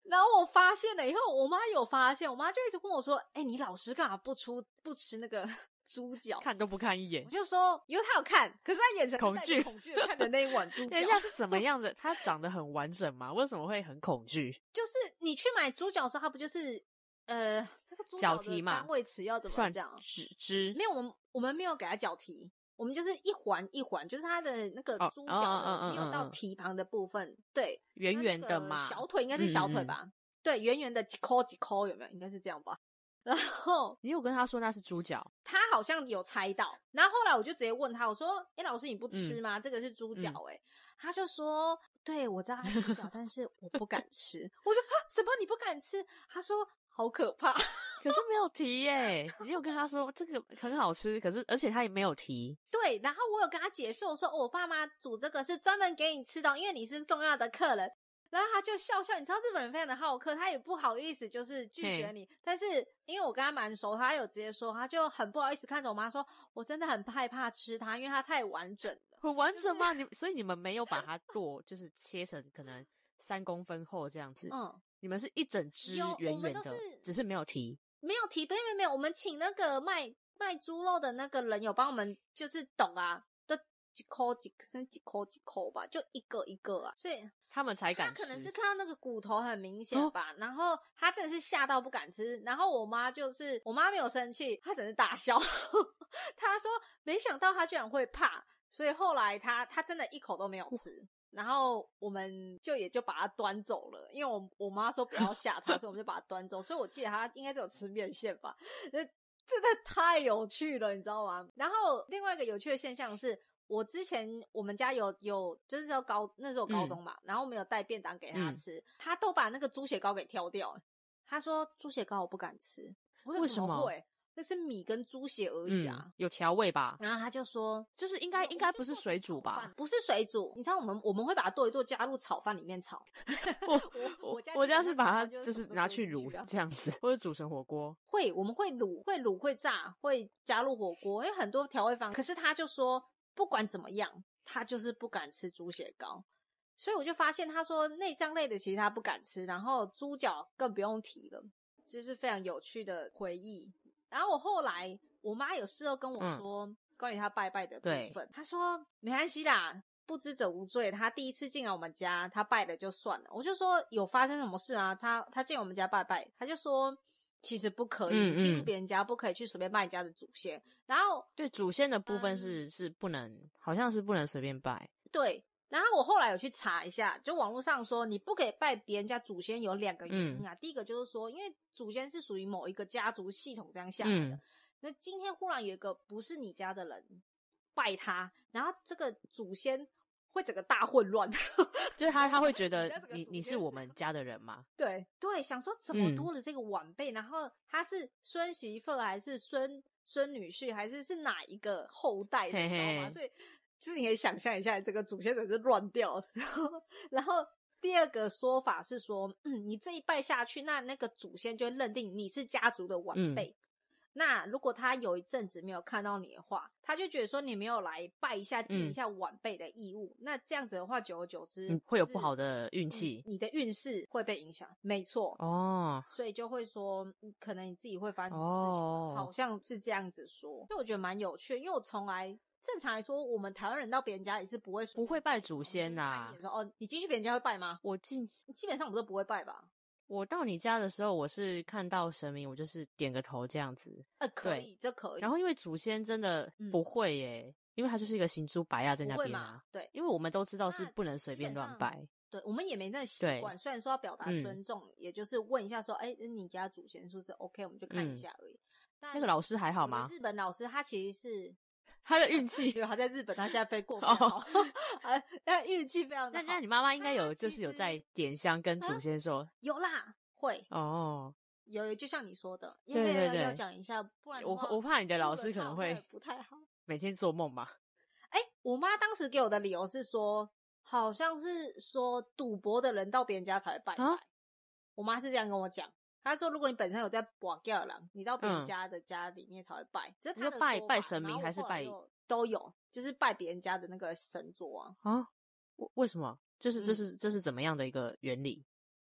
Speaker 3: 然后我发现了以后，我妈有发现，我妈就一直问我说：“哎、你老师干嘛不出不吃那个 猪脚？”
Speaker 2: 看都不看一眼
Speaker 3: 我。就说，因为她有看，可是她眼神就
Speaker 2: 恐
Speaker 3: 带着
Speaker 2: 惧
Speaker 3: 恐惧地看着那一碗猪 脚。
Speaker 2: 等一下是怎么样的？它长得很完整吗？为什么会很恐惧？
Speaker 3: 就是你去买猪脚的时候，它不就是呃那个猪
Speaker 2: 脚
Speaker 3: 的
Speaker 2: 蹄嘛
Speaker 3: 单位词要怎么
Speaker 2: 算
Speaker 3: 讲？
Speaker 2: 只只
Speaker 3: 没有，我们我们没有给它脚蹄，我们就是一环一环，就是它的那个
Speaker 2: 哦
Speaker 3: 猪
Speaker 2: 嗯
Speaker 3: 脚
Speaker 2: 嗯
Speaker 3: 的
Speaker 2: 嗯
Speaker 3: 没有到
Speaker 2: 嗯嗯
Speaker 3: 蹄旁的部分，对，
Speaker 2: 圆圆
Speaker 3: 它
Speaker 2: 的
Speaker 3: 那个
Speaker 2: 嘛，嗯
Speaker 3: 小腿应该是小腿吧？对，圆圆的几抠几抠有没有？应该是这样吧。然后
Speaker 2: 你有跟他说那是猪脚？
Speaker 3: 他好像有猜到，然后后来我就直接问他，我说：“哎、老师你不吃
Speaker 2: 嗯
Speaker 3: 吗？这个是猪脚哎、他就说：“对，我知道它是猪脚，但是我不敢吃。” 我说：“啊，什么你不敢吃？”他说：“好可怕。”
Speaker 2: 可是没有提耶、 你有跟他说这个很好吃，可是而且他也没有提，
Speaker 3: 对，然后我有跟他解释，我说、哦我爸妈煮这个是专门给你吃的哦，因为你是重要的客人。然后他就笑笑，你知道日本人非常的好客，他也不好意思就是拒绝
Speaker 2: 嘿
Speaker 3: 你，但是因为我跟他蛮熟，他有直接说，他就很不好意思看着我妈说，我真的很害怕吃它，因为它太完整了。
Speaker 2: 很完整吗？你所以你们没有把它剁，就是切成可能三公分厚这样子。
Speaker 3: 嗯，
Speaker 2: 你们是一整只
Speaker 3: 有
Speaker 2: 圆
Speaker 3: 我们
Speaker 2: 圆
Speaker 3: 都
Speaker 2: 的，
Speaker 3: 是
Speaker 2: 只是没有提。
Speaker 3: 没有提，没有没有，我们请那个卖卖猪肉的那个人有帮我们，就是懂啊，都几口几剩几口几口吧，就一个一个啊，所以
Speaker 2: 他们才敢
Speaker 3: 他
Speaker 2: 吃，
Speaker 3: 可能是看到那个骨头很明显
Speaker 2: 哦
Speaker 3: 吧，然后他真的是吓到不敢吃。然后我妈就是，我妈没有生气，她只是大笑。 她说没想到她居然会怕，所以后来她她真的一口都没有吃。然后我们就也就把它端走了，因为我我妈说不 要吓她，所以我们就把它端走。所以我记得她应该只有吃面线吧，那真的太有趣了，你知道吗？然后另外一个有趣的现象是，我之前我们家有有就是要高那时候高中嘛，然后我们有带便当给他
Speaker 2: 嗯
Speaker 3: 吃，他都把那个猪血糕给挑掉。他说猪血糕我不敢吃，我说
Speaker 2: 为
Speaker 3: 怎
Speaker 2: 什么
Speaker 3: 会？那是米跟猪血而已啊。
Speaker 2: 嗯，有调味吧？
Speaker 3: 然后他就说
Speaker 2: 就是应该
Speaker 3: 我
Speaker 2: 应该
Speaker 3: 就
Speaker 2: 不是
Speaker 3: 做成
Speaker 2: 水煮
Speaker 3: 炒
Speaker 2: 吧
Speaker 3: 饭？不是水煮。你知道我们我们会把它剁一剁，加入炒饭里面炒。啊
Speaker 2: 我
Speaker 3: 我家
Speaker 2: 我
Speaker 3: 基
Speaker 2: 家
Speaker 3: 本
Speaker 2: 是
Speaker 3: 上
Speaker 2: 把
Speaker 3: 炒
Speaker 2: 它
Speaker 3: 饭就是
Speaker 2: 就
Speaker 3: 什
Speaker 2: 是
Speaker 3: 么都
Speaker 2: 拿
Speaker 3: 丢
Speaker 2: 去
Speaker 3: 进
Speaker 2: 卤
Speaker 3: 去 啊
Speaker 2: 这样 子，或者煮成火锅。
Speaker 3: 会，我们会卤，会卤，会炸，会加入火锅，因为很多调味方。可是他就说，不管怎么样，他就是不敢吃猪血糕。所以我就发现，他说内脏类的其实他不敢吃，然后猪脚更不用提了，就是非常有趣的回忆。然后我后来，我妈有事后跟我说，关于他拜拜的部
Speaker 2: 对
Speaker 3: 分，她说没关系啦，不知者无罪。他第一次进来我们家，他拜了就算了。我就说有发生什么事啊？他他进我们家拜拜，他就说其实不可以，
Speaker 2: 嗯
Speaker 3: 你进入
Speaker 2: 嗯
Speaker 3: 别人家不可以去随便拜人家的祖先。然后
Speaker 2: 对，祖先的部分
Speaker 3: 嗯
Speaker 2: 是、是不能，好像是不能随便拜。
Speaker 3: 对，然后我后来有去查一下，就网络上说你不可以拜别人家祖先有两个原因啊。第一个就是说，因为祖先是属于某一个家族系统这样下来的，
Speaker 2: 嗯
Speaker 3: 那今天忽然有一个不是你家的人拜他，然后这个祖先会整个大混乱。
Speaker 2: 就是他他会觉得
Speaker 3: 你家这个
Speaker 2: 你
Speaker 3: 祖
Speaker 2: 你是
Speaker 3: 先
Speaker 2: 我们家的人嘛？
Speaker 3: 对对，想说怎么
Speaker 2: 嗯
Speaker 3: 多了这个晚辈，然后他是孙媳妇还是孙孙女婿，还是是哪一个后代的，
Speaker 2: 嘿
Speaker 3: 你知道
Speaker 2: 嘿
Speaker 3: 吗？所以就是你可以想象一下，这个祖先真的是乱掉的。然后，然后第二个说法是说，嗯，你这一拜下去，那那个祖先就会认定你是家族的晚
Speaker 2: 嗯
Speaker 3: 辈。那如果他有一阵子没有看到你的话，他就觉得说你没有来拜一下、尽一
Speaker 2: 嗯
Speaker 3: 下晚辈的义务。那这样子的话，久而久之、
Speaker 2: 嗯，会有
Speaker 3: 就
Speaker 2: 不
Speaker 3: 是嗯
Speaker 2: 好的运气
Speaker 3: 你你的运势会被影响，没错。
Speaker 2: 哦。
Speaker 3: 所以就会说，嗯可能你自己会发生什么事情吧，
Speaker 2: 哦
Speaker 3: 好像是这样子说。所以我觉得蛮有趣的，因为我从来正常来说，我们台湾人到别人家里是不会
Speaker 2: 不会拜祖先呐、
Speaker 3: 说哦，你进去别人家会拜吗？
Speaker 2: 我进
Speaker 3: 基本上我们都不会拜吧？
Speaker 2: 我到你家的时候，我是看到神明，我就是点个头这样子。
Speaker 3: 呃，可
Speaker 2: 对
Speaker 3: 以，这可以。
Speaker 2: 然后因为祖先真的
Speaker 3: 嗯
Speaker 2: 不会耶、因为他就是一个行猪白亚在那
Speaker 3: 不会
Speaker 2: 边
Speaker 3: 嘛
Speaker 2: 啊。？
Speaker 3: 对
Speaker 2: 因为我们都知道是
Speaker 3: 那
Speaker 2: 不能随
Speaker 3: 基
Speaker 2: 便
Speaker 3: 本
Speaker 2: 乱
Speaker 3: 上
Speaker 2: 拜，
Speaker 3: 对，我们也没那个习
Speaker 2: 对
Speaker 3: 惯。虽然说要表达
Speaker 2: 嗯
Speaker 3: 尊重，也就是问一下说，哎，你家祖先是不是 OK？我们就看
Speaker 2: 嗯
Speaker 3: 一下而已。但
Speaker 2: 那个老师还好
Speaker 3: 我的
Speaker 2: 吗？
Speaker 3: 日本老师他其实是
Speaker 2: 他的 运气
Speaker 3: 因为他在日本，他现在飞过非
Speaker 2: 哦
Speaker 3: 常 好，啊，那运气非常的
Speaker 2: 那
Speaker 3: 好。
Speaker 2: 那你妈妈应该
Speaker 3: 那
Speaker 2: 有
Speaker 3: 那
Speaker 2: 就是
Speaker 3: 其
Speaker 2: 有
Speaker 3: 实
Speaker 2: 在点香跟祖
Speaker 3: 啊
Speaker 2: 先说、
Speaker 3: 有啦，会
Speaker 2: 哦，
Speaker 3: 有有，就像你说的，
Speaker 2: 对对
Speaker 3: 要要要
Speaker 2: 对
Speaker 3: 讲一下，不然的
Speaker 2: 我
Speaker 3: 话
Speaker 2: 我怕你的
Speaker 3: 日
Speaker 2: 老
Speaker 3: 文
Speaker 2: 师可
Speaker 3: 它
Speaker 2: 能
Speaker 3: 好像也
Speaker 2: 会
Speaker 3: 不太好。
Speaker 2: 每天做梦吧。
Speaker 3: 哎、我妈当时给我的理由是说，好像是说赌博的人到别人家才会拜拜。
Speaker 2: 啊
Speaker 3: 我妈是这样跟我讲，她说如果你本身有在博掉狼，你到别
Speaker 2: 嗯
Speaker 3: 人家的家里面才会拜。这是
Speaker 2: 你
Speaker 3: 她
Speaker 2: 说
Speaker 3: 的
Speaker 2: 拜
Speaker 3: 说
Speaker 2: 拜
Speaker 3: 法
Speaker 2: 神
Speaker 3: 然
Speaker 2: 明
Speaker 3: 后我
Speaker 2: 还是
Speaker 3: 后来
Speaker 2: 拜
Speaker 3: 就都有，就是拜别人家的那个神桌啊。
Speaker 2: 啊？为为什么？就是这
Speaker 3: 嗯
Speaker 2: 是、这是怎么样的一个原理？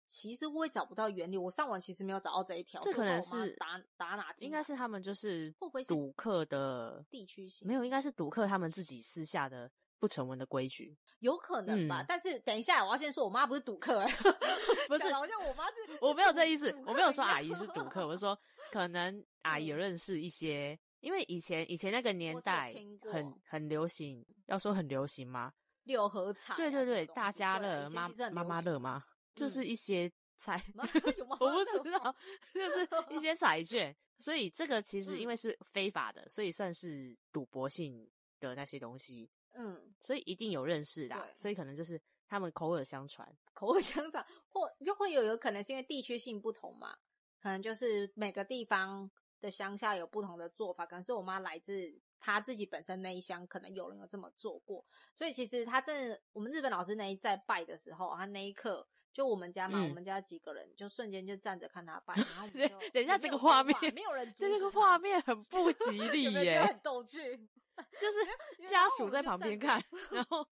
Speaker 3: 其实我也找不到原理，我上网其实没有找到这一条，
Speaker 2: 这
Speaker 3: 所以
Speaker 2: 可能
Speaker 3: 我不知道我妈
Speaker 2: 是
Speaker 3: 打打哪听
Speaker 2: 应该
Speaker 3: 来
Speaker 2: 是他们就是
Speaker 3: 会不会是
Speaker 2: 赌客的
Speaker 3: 地区性
Speaker 2: 没有，应该是赌客他们自己私下的不成文的规矩。
Speaker 3: 有可能吧。
Speaker 2: 嗯
Speaker 3: 但是等一下，我要先说，我妈不是赌客、欸，
Speaker 2: 不
Speaker 3: 讲
Speaker 2: 是
Speaker 3: 得好像我妈是，
Speaker 2: 我没有这意
Speaker 3: 是
Speaker 2: 思
Speaker 3: 赌，客
Speaker 2: 我没有说
Speaker 3: 一样嗯
Speaker 2: 阿姨是赌客，我是说可能阿姨有认识一些，因为以前以前那个年
Speaker 3: 我是有
Speaker 2: 代
Speaker 3: 听过
Speaker 2: 很很流行，要说很流行吗？
Speaker 3: 六合彩啊、
Speaker 2: 对对
Speaker 3: 什么
Speaker 2: 对，
Speaker 3: 东
Speaker 2: 大
Speaker 3: 西
Speaker 2: 家
Speaker 3: 对啊
Speaker 2: 乐、
Speaker 3: 以前
Speaker 2: 妈
Speaker 3: 其实很
Speaker 2: 妈
Speaker 3: 流
Speaker 2: 妈
Speaker 3: 行
Speaker 2: 乐吗？就是
Speaker 3: 嗯
Speaker 2: 一些彩，
Speaker 3: 妈有妈 妈
Speaker 2: 我不
Speaker 3: 乐
Speaker 2: 知
Speaker 3: 吗
Speaker 2: 道，就是一些彩券。所以这个其实因
Speaker 3: 嗯
Speaker 2: 为是非法的，所以算是赌博性的那些东西，
Speaker 3: 嗯，
Speaker 2: 所以一定有认识的，
Speaker 3: 对
Speaker 2: 所以可能就是他们口耳相传。
Speaker 3: 口口相传，或又会有有可能是因为地区性不同嘛，可能就是每个地方的乡下有不同的做法，可能是我妈来自她自己本身那一乡，可能有人有这么做过，所以其实她真的，我们日本老师那一在拜的时候，她那一刻。就我们家嘛，
Speaker 2: 嗯
Speaker 3: 我们家几个人就瞬间就站着看她拜，然后我们就
Speaker 2: 等一下
Speaker 3: 也没
Speaker 2: 这
Speaker 3: 有
Speaker 2: 个
Speaker 3: 说
Speaker 2: 画
Speaker 3: 话
Speaker 2: 面
Speaker 3: 没有人阻
Speaker 2: 这
Speaker 3: 止
Speaker 2: 个
Speaker 3: 她
Speaker 2: 画面很不吉利
Speaker 3: 有没有觉
Speaker 2: 耶，
Speaker 3: 得很逗趣。
Speaker 2: 就是
Speaker 3: 有
Speaker 2: 家
Speaker 3: 时候
Speaker 2: 属
Speaker 3: 我
Speaker 2: 在
Speaker 3: 就
Speaker 2: 旁边
Speaker 3: 站
Speaker 2: 看，然 后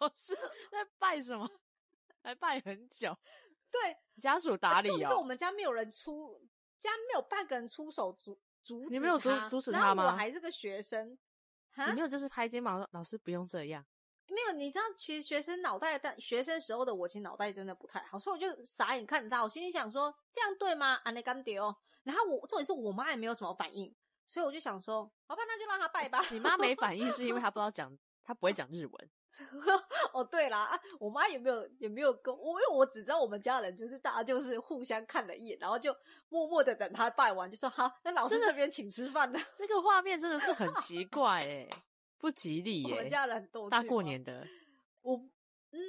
Speaker 2: 老师在拜什么，还拜很久，
Speaker 3: 对，
Speaker 2: 家属打理
Speaker 3: 哎重点是我
Speaker 2: 哦。
Speaker 3: 们家没有人出，家没有半个人出手阻阻止
Speaker 2: 你没有阻
Speaker 3: 他
Speaker 2: 阻止
Speaker 3: 然
Speaker 2: 他
Speaker 3: 后
Speaker 2: 吗
Speaker 3: 我还是个学生，哈
Speaker 2: 你，
Speaker 3: 啊
Speaker 2: 没有就是拍肩膀说老师不用这样，
Speaker 3: 没有，你知道，其实学生脑袋，但学生时候的我，其实脑袋真的不太好，所以我就傻眼看着他，我心里想说，这样对吗？啊，那干爹哦。然后我重点是我妈也没有什么反应，所以我就想说，好吧，那就让他拜吧。
Speaker 2: 你妈没反应是因为她不知道讲，她不会讲日文。
Speaker 3: 哦，对啦，啊我妈也没有也没有跟我，因为我只知道我们家人就是大家就是互相看了一眼，然后就默默的等他拜完，就说好，那老师这边请吃饭了。
Speaker 2: 这个画面真的是很奇怪哎、不吉利
Speaker 3: 我
Speaker 2: 耶、
Speaker 3: 们家人很逗趣
Speaker 2: 大
Speaker 3: 吗
Speaker 2: 过年，的，
Speaker 3: 我嗯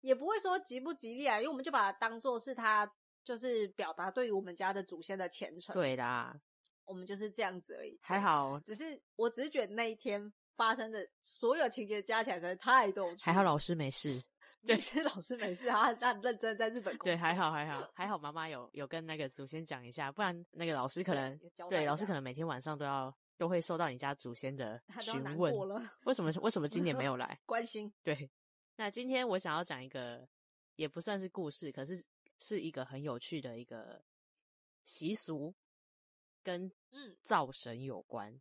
Speaker 3: 也不会说吉不吉利啊，因为我们就把它当做是他就是表达对于我们家的祖先的虔诚。，
Speaker 2: 对啦，
Speaker 3: 我们就是这样子而已。
Speaker 2: 还，好
Speaker 3: 只是我只是觉得那一天发生的所有情节加起来实在太逗趣。
Speaker 2: 还好，老师没事，
Speaker 3: 对，是老师没事，他他很认真在日本工
Speaker 2: 对，
Speaker 3: 作
Speaker 2: 还好还好还好，妈妈有有跟那个祖先讲一下，不然那个老师可能
Speaker 3: 有交代一
Speaker 2: 对
Speaker 3: 下
Speaker 2: 老师可能每天晚上都要都会收到你家祖先的
Speaker 3: 他都要
Speaker 2: 询
Speaker 3: 难
Speaker 2: 问
Speaker 3: 过，了，
Speaker 2: 为什么为什么今年没 有来？
Speaker 3: 关心。
Speaker 2: 对，那今天我想要讲一个，也不算是故事，可是是一个很有趣的一个习俗，跟
Speaker 3: 嗯
Speaker 2: 灶神有关。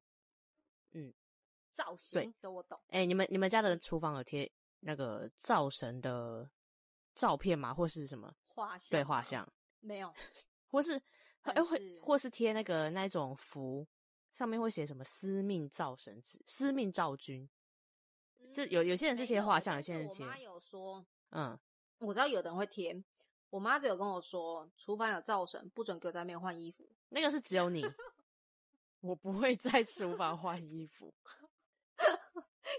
Speaker 3: 造型的我懂，
Speaker 2: 哎、你们你们家的厨房有贴那个灶神的照片吗？或是什么
Speaker 3: 画像
Speaker 2: 对画像，
Speaker 3: 没有，
Speaker 2: 或是哎、
Speaker 3: 但是
Speaker 2: 会或是贴那个那一种符，上面会写什么司命灶神纸、司命灶君，
Speaker 3: 嗯
Speaker 2: 这有有些人是
Speaker 3: 没
Speaker 2: 贴画像
Speaker 3: 但
Speaker 2: 有些
Speaker 3: 是
Speaker 2: 人
Speaker 3: 我
Speaker 2: 贴
Speaker 3: 妈有说，
Speaker 2: 嗯，
Speaker 3: 我知道有的人会贴，我妈只有跟我说，厨房有灶神，不准给我在那边换衣服。
Speaker 2: 那个是只有你，我不会在厨房换衣服。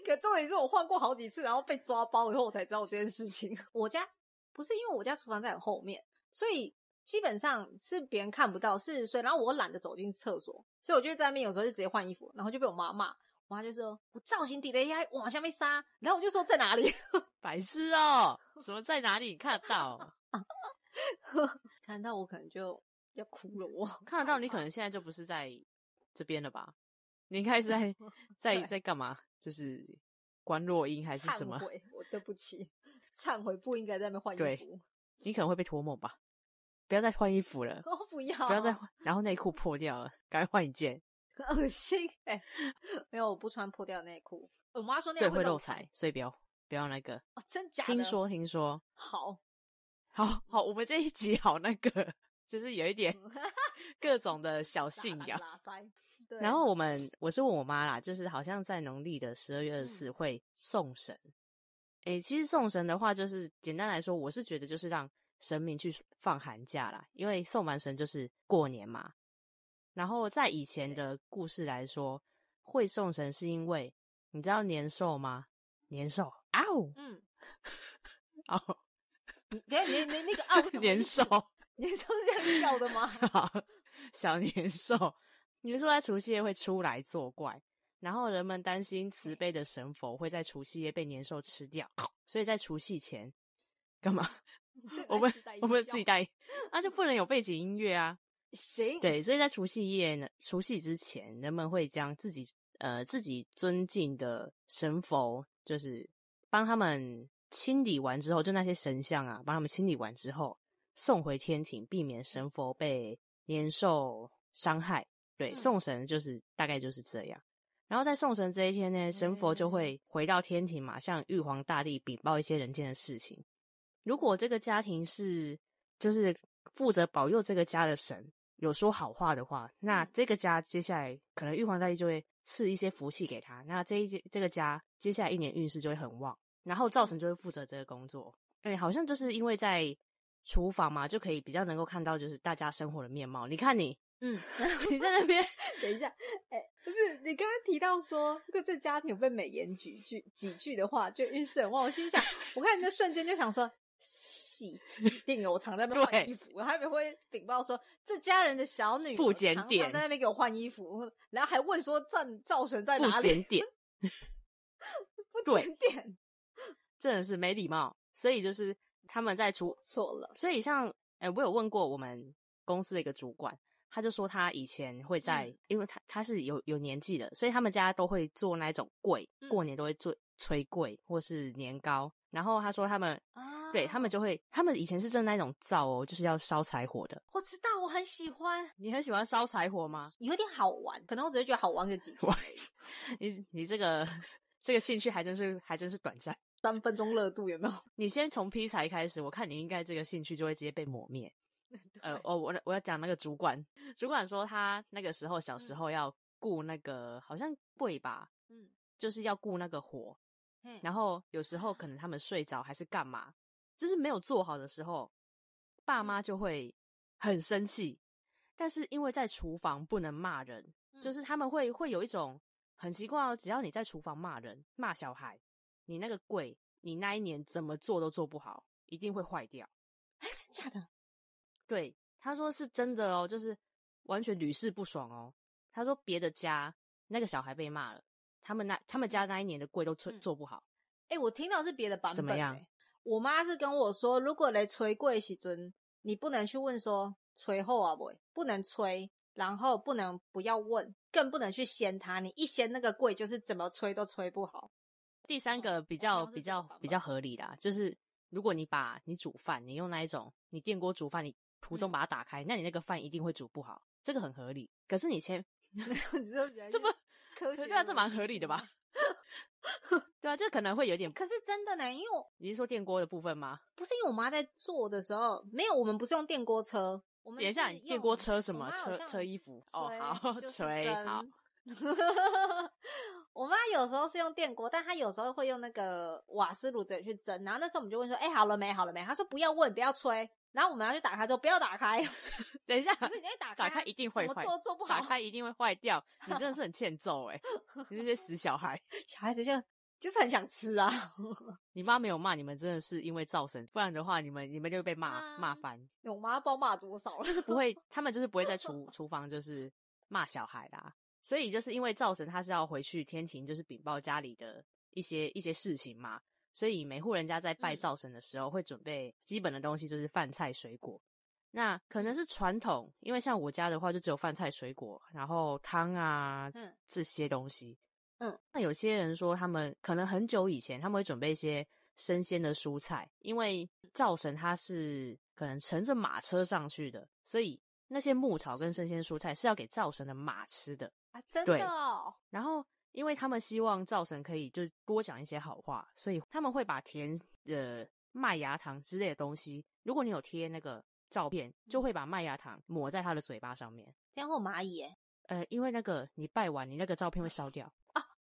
Speaker 3: 可重点是我换过好几次，然后被抓包以后，我才知道这件事情。 我家不是因为我家厨房在很后面，所以基本上是别人看不到四十岁，然后我懒得走进厕所，所以我就在那边有时候就直接换衣服，然后就被我妈骂。我妈就说：“我造型底的呀，往下面杀。”然后我就说：“在哪里
Speaker 2: 白痴哦、什么在哪里看得到？？”
Speaker 3: 看到我可能就要哭了我。
Speaker 2: 看得到，你可能现在就不是在这边了吧？你应该是 在在
Speaker 3: 对
Speaker 2: 在干嘛？就是关落音还是什么
Speaker 3: 忏？悔，我对不起，忏悔不应该在那边换
Speaker 2: 对
Speaker 3: 衣服，
Speaker 2: 你可能会被托梦吧？不要再换衣服了，
Speaker 3: 我不要，
Speaker 2: 不要再换，然后内裤破掉了，赶快换一件。
Speaker 3: 很恶心哎、没有，我不穿破掉 内裤。我妈说那
Speaker 2: 对，
Speaker 3: 样
Speaker 2: 会
Speaker 3: 漏
Speaker 2: 漏财，所以不要不要那个。
Speaker 3: 哦，真假的？
Speaker 2: 听说听说，
Speaker 3: 好，
Speaker 2: 好好，我们这一集好那个， 就是有一点
Speaker 3: 嗯
Speaker 2: 各种的小信仰。
Speaker 3: 拉塞。对，
Speaker 2: 然后我们我是问我妈啦，就是好像在农历的十二
Speaker 3: 嗯
Speaker 2: 月二十四会送神。诶、其实送神的话，就是简单来说，我是觉得就是让神明去放寒假啦，因为送完神就是过年嘛。然后在以前的故事来说，会送神是因为你知道年兽吗？年兽，嗷
Speaker 3: 嗯，
Speaker 2: 嗷，
Speaker 3: 你等一下你你 那个啊，我怎么
Speaker 2: 年兽，
Speaker 3: 你是 这样叫的吗？
Speaker 2: 好， 小年兽，年兽在除夕夜会出来作怪，然后人们担心慈悲的神佛会在除夕夜被年兽吃掉，所以在除夕前干嘛？我们我们自己带，那、就不能有背景音乐啊。
Speaker 3: 行，
Speaker 2: 对，所以在除夕夜呢，除夕之前，人们会将自己呃自己尊敬的神佛，就是帮他们清理完之后，就那些神像啊，帮他们清理完之后，送回天庭，避免神佛被年兽伤害。对，
Speaker 3: 嗯
Speaker 2: 送神就是大概就是这样。然后在送神这一天呢，神佛
Speaker 3: 嗯
Speaker 2: 就会回到天庭嘛，向玉皇大帝禀报一些人间的事情。如果这个家庭是就是负责保佑这个家的神有说好话的话，那
Speaker 3: 嗯
Speaker 2: 这个家接下来可能玉皇大帝就会赐一些福气给他，那这一届这个家接下来一年运势就会很旺，然后灶神就会负责这个工作。哎，好像就是因为在厨房嘛，就可以比较能够看到就是大家生活的面貌。你看你，
Speaker 3: 嗯，
Speaker 2: 你在那边
Speaker 3: 等一下，哎、不是你刚刚提到说，如果这家庭有被美言几句几句的话，就运势很旺。我心想，我看你那瞬间就想说，洗洗定了，我常在那边换衣服，然后还没会禀报说，这家人的小女儿
Speaker 2: 不检点
Speaker 3: 常常在那边给我换衣服，然后还问说战灶神在
Speaker 2: 不
Speaker 3: 哪里，
Speaker 2: 检点，
Speaker 3: 不检点，
Speaker 2: 真的是没礼貌。所以就是他们在厨
Speaker 3: 错了，
Speaker 2: 所以像，哎、我有问过我们公司的一个主管，他就说他以前会在，
Speaker 3: 嗯
Speaker 2: 因为他他是有有年纪了，所以他们家都会做那种柜，
Speaker 3: 嗯
Speaker 2: 过年都会做催柜或是年糕。然后他说他们，
Speaker 3: 啊
Speaker 2: 对他们就会，他们以前是正那种灶哦，就是要烧柴火的。
Speaker 3: 我知道，我很喜欢，
Speaker 2: 你很喜欢烧柴火吗？
Speaker 3: 有点好玩，可能我只是觉得好玩个几天
Speaker 2: 我， 你你这个这个兴趣还真是还真是短暂。
Speaker 3: 三分钟热度有没有？
Speaker 2: 你先从劈柴开始，我看你应该这个兴趣就会直接被抹灭。呃，哦，我我要讲那个主管，主管说他那个时候小时候要顾那个、好像贵吧，
Speaker 3: 嗯，
Speaker 2: 就是要顾那个火，
Speaker 3: 嘿
Speaker 2: 然后有时候可能他们睡着还是干嘛，就是没有做好的时候，爸妈就会很生气。但是因为在厨房不能骂人，就是他们会会有一种很奇怪哦，只要你在厨房骂人、骂小孩，你那个柜，你那一年怎么做都做不好，一定会坏掉。
Speaker 3: 哎，是假的，
Speaker 2: 对，他说是真的哦，就是完全屡试不爽哦。他说别的家那个小孩被骂了，他们那他们家那一年的柜都做
Speaker 3: 嗯
Speaker 2: 做不好，
Speaker 3: 哎、我听到是别的版本、欸。
Speaker 2: 怎么样？
Speaker 3: 我妈是跟我说，如果来催柜时阵，你不能去问说催后啊不，不能催，然后不能不要问，更不能去掀它。你一掀那个柜，就是怎么催都催不好。
Speaker 2: 第三个比
Speaker 3: 哦
Speaker 2: 较
Speaker 3: 好像是
Speaker 2: 比
Speaker 3: 这个
Speaker 2: 较
Speaker 3: 版本
Speaker 2: 比较合理啦，就是如果你把你煮饭，你用那一种你电锅煮饭，你途中
Speaker 3: 嗯
Speaker 2: 把它打开，那你那个饭一定会煮不好，这个很合理。可是你前
Speaker 3: 你知道原来
Speaker 2: 这不
Speaker 3: 是哎科学
Speaker 2: 对啊，这蛮合理的吧？
Speaker 3: 逻辑？
Speaker 2: 对啊，这可能会有点。
Speaker 3: 可是真的呢，因为我
Speaker 2: 你是说电锅的部分吗？
Speaker 3: 不是因为我妈在做的时候，没有，我们不是用电锅车，我们
Speaker 2: 等一下，
Speaker 3: 是用
Speaker 2: 电锅车什
Speaker 3: 我
Speaker 2: 么
Speaker 3: 妈好
Speaker 2: 车
Speaker 3: 像
Speaker 2: 车衣服？哦，
Speaker 3: 吹
Speaker 2: 好，
Speaker 3: 就是
Speaker 2: 锤
Speaker 3: 蒸
Speaker 2: 好，。
Speaker 3: 我妈有时候是用电锅，但她有时候会用那个瓦斯炉直接去蒸。然后那时候我们就问说：“哎、好了没？好了没？”她说：“不要问，不要吹。”然后我们要去打开，说：“不要 打开。”
Speaker 2: 等一下，
Speaker 3: 可是你一打开，
Speaker 2: 打开一定会
Speaker 3: 怎么
Speaker 2: 坏
Speaker 3: 做做不好
Speaker 2: 打。开一定会坏掉。 你真的是很欠揍哎、你那些死小孩！
Speaker 3: 小孩子就就是很想吃啊。
Speaker 2: 你妈没有骂你们，真的是因为造神，不然的话，你们你们就会被骂、
Speaker 3: 啊
Speaker 2: 骂翻，
Speaker 3: 我妈不知道骂多少了
Speaker 2: 就，是不会，他们就是不会在厨厨房就是骂小孩啦。所以就是因为造神，他是要回去天庭，就是禀报家里的一些一些事情嘛。所以每户人家在拜
Speaker 3: 嗯
Speaker 2: 灶神的时候，会准备基本的东西，就是饭菜水果。那可能是传统，因为像我家的话，就只有饭菜水果，然后汤啊，
Speaker 3: 嗯
Speaker 2: 这些东西。
Speaker 3: 嗯，
Speaker 2: 那有些人说他们可能很久以前他们会准备一些生鲜的蔬菜，因为灶神他是可能乘着马车上去的，所以那些牧草跟生鲜蔬菜是要给灶神的马吃的。
Speaker 3: 啊，真
Speaker 2: 对
Speaker 3: 的哦，
Speaker 2: 然后，因为他们希望灶神可以就是多讲一些好话，所以他们会把甜呃麦芽糖之类的东西，如果你有贴那个照片，就会把麦芽糖抹在他的嘴巴上面。
Speaker 3: 天后蚂蚁耶，
Speaker 2: 呃，因为那个你拜完，你那个照片会烧掉，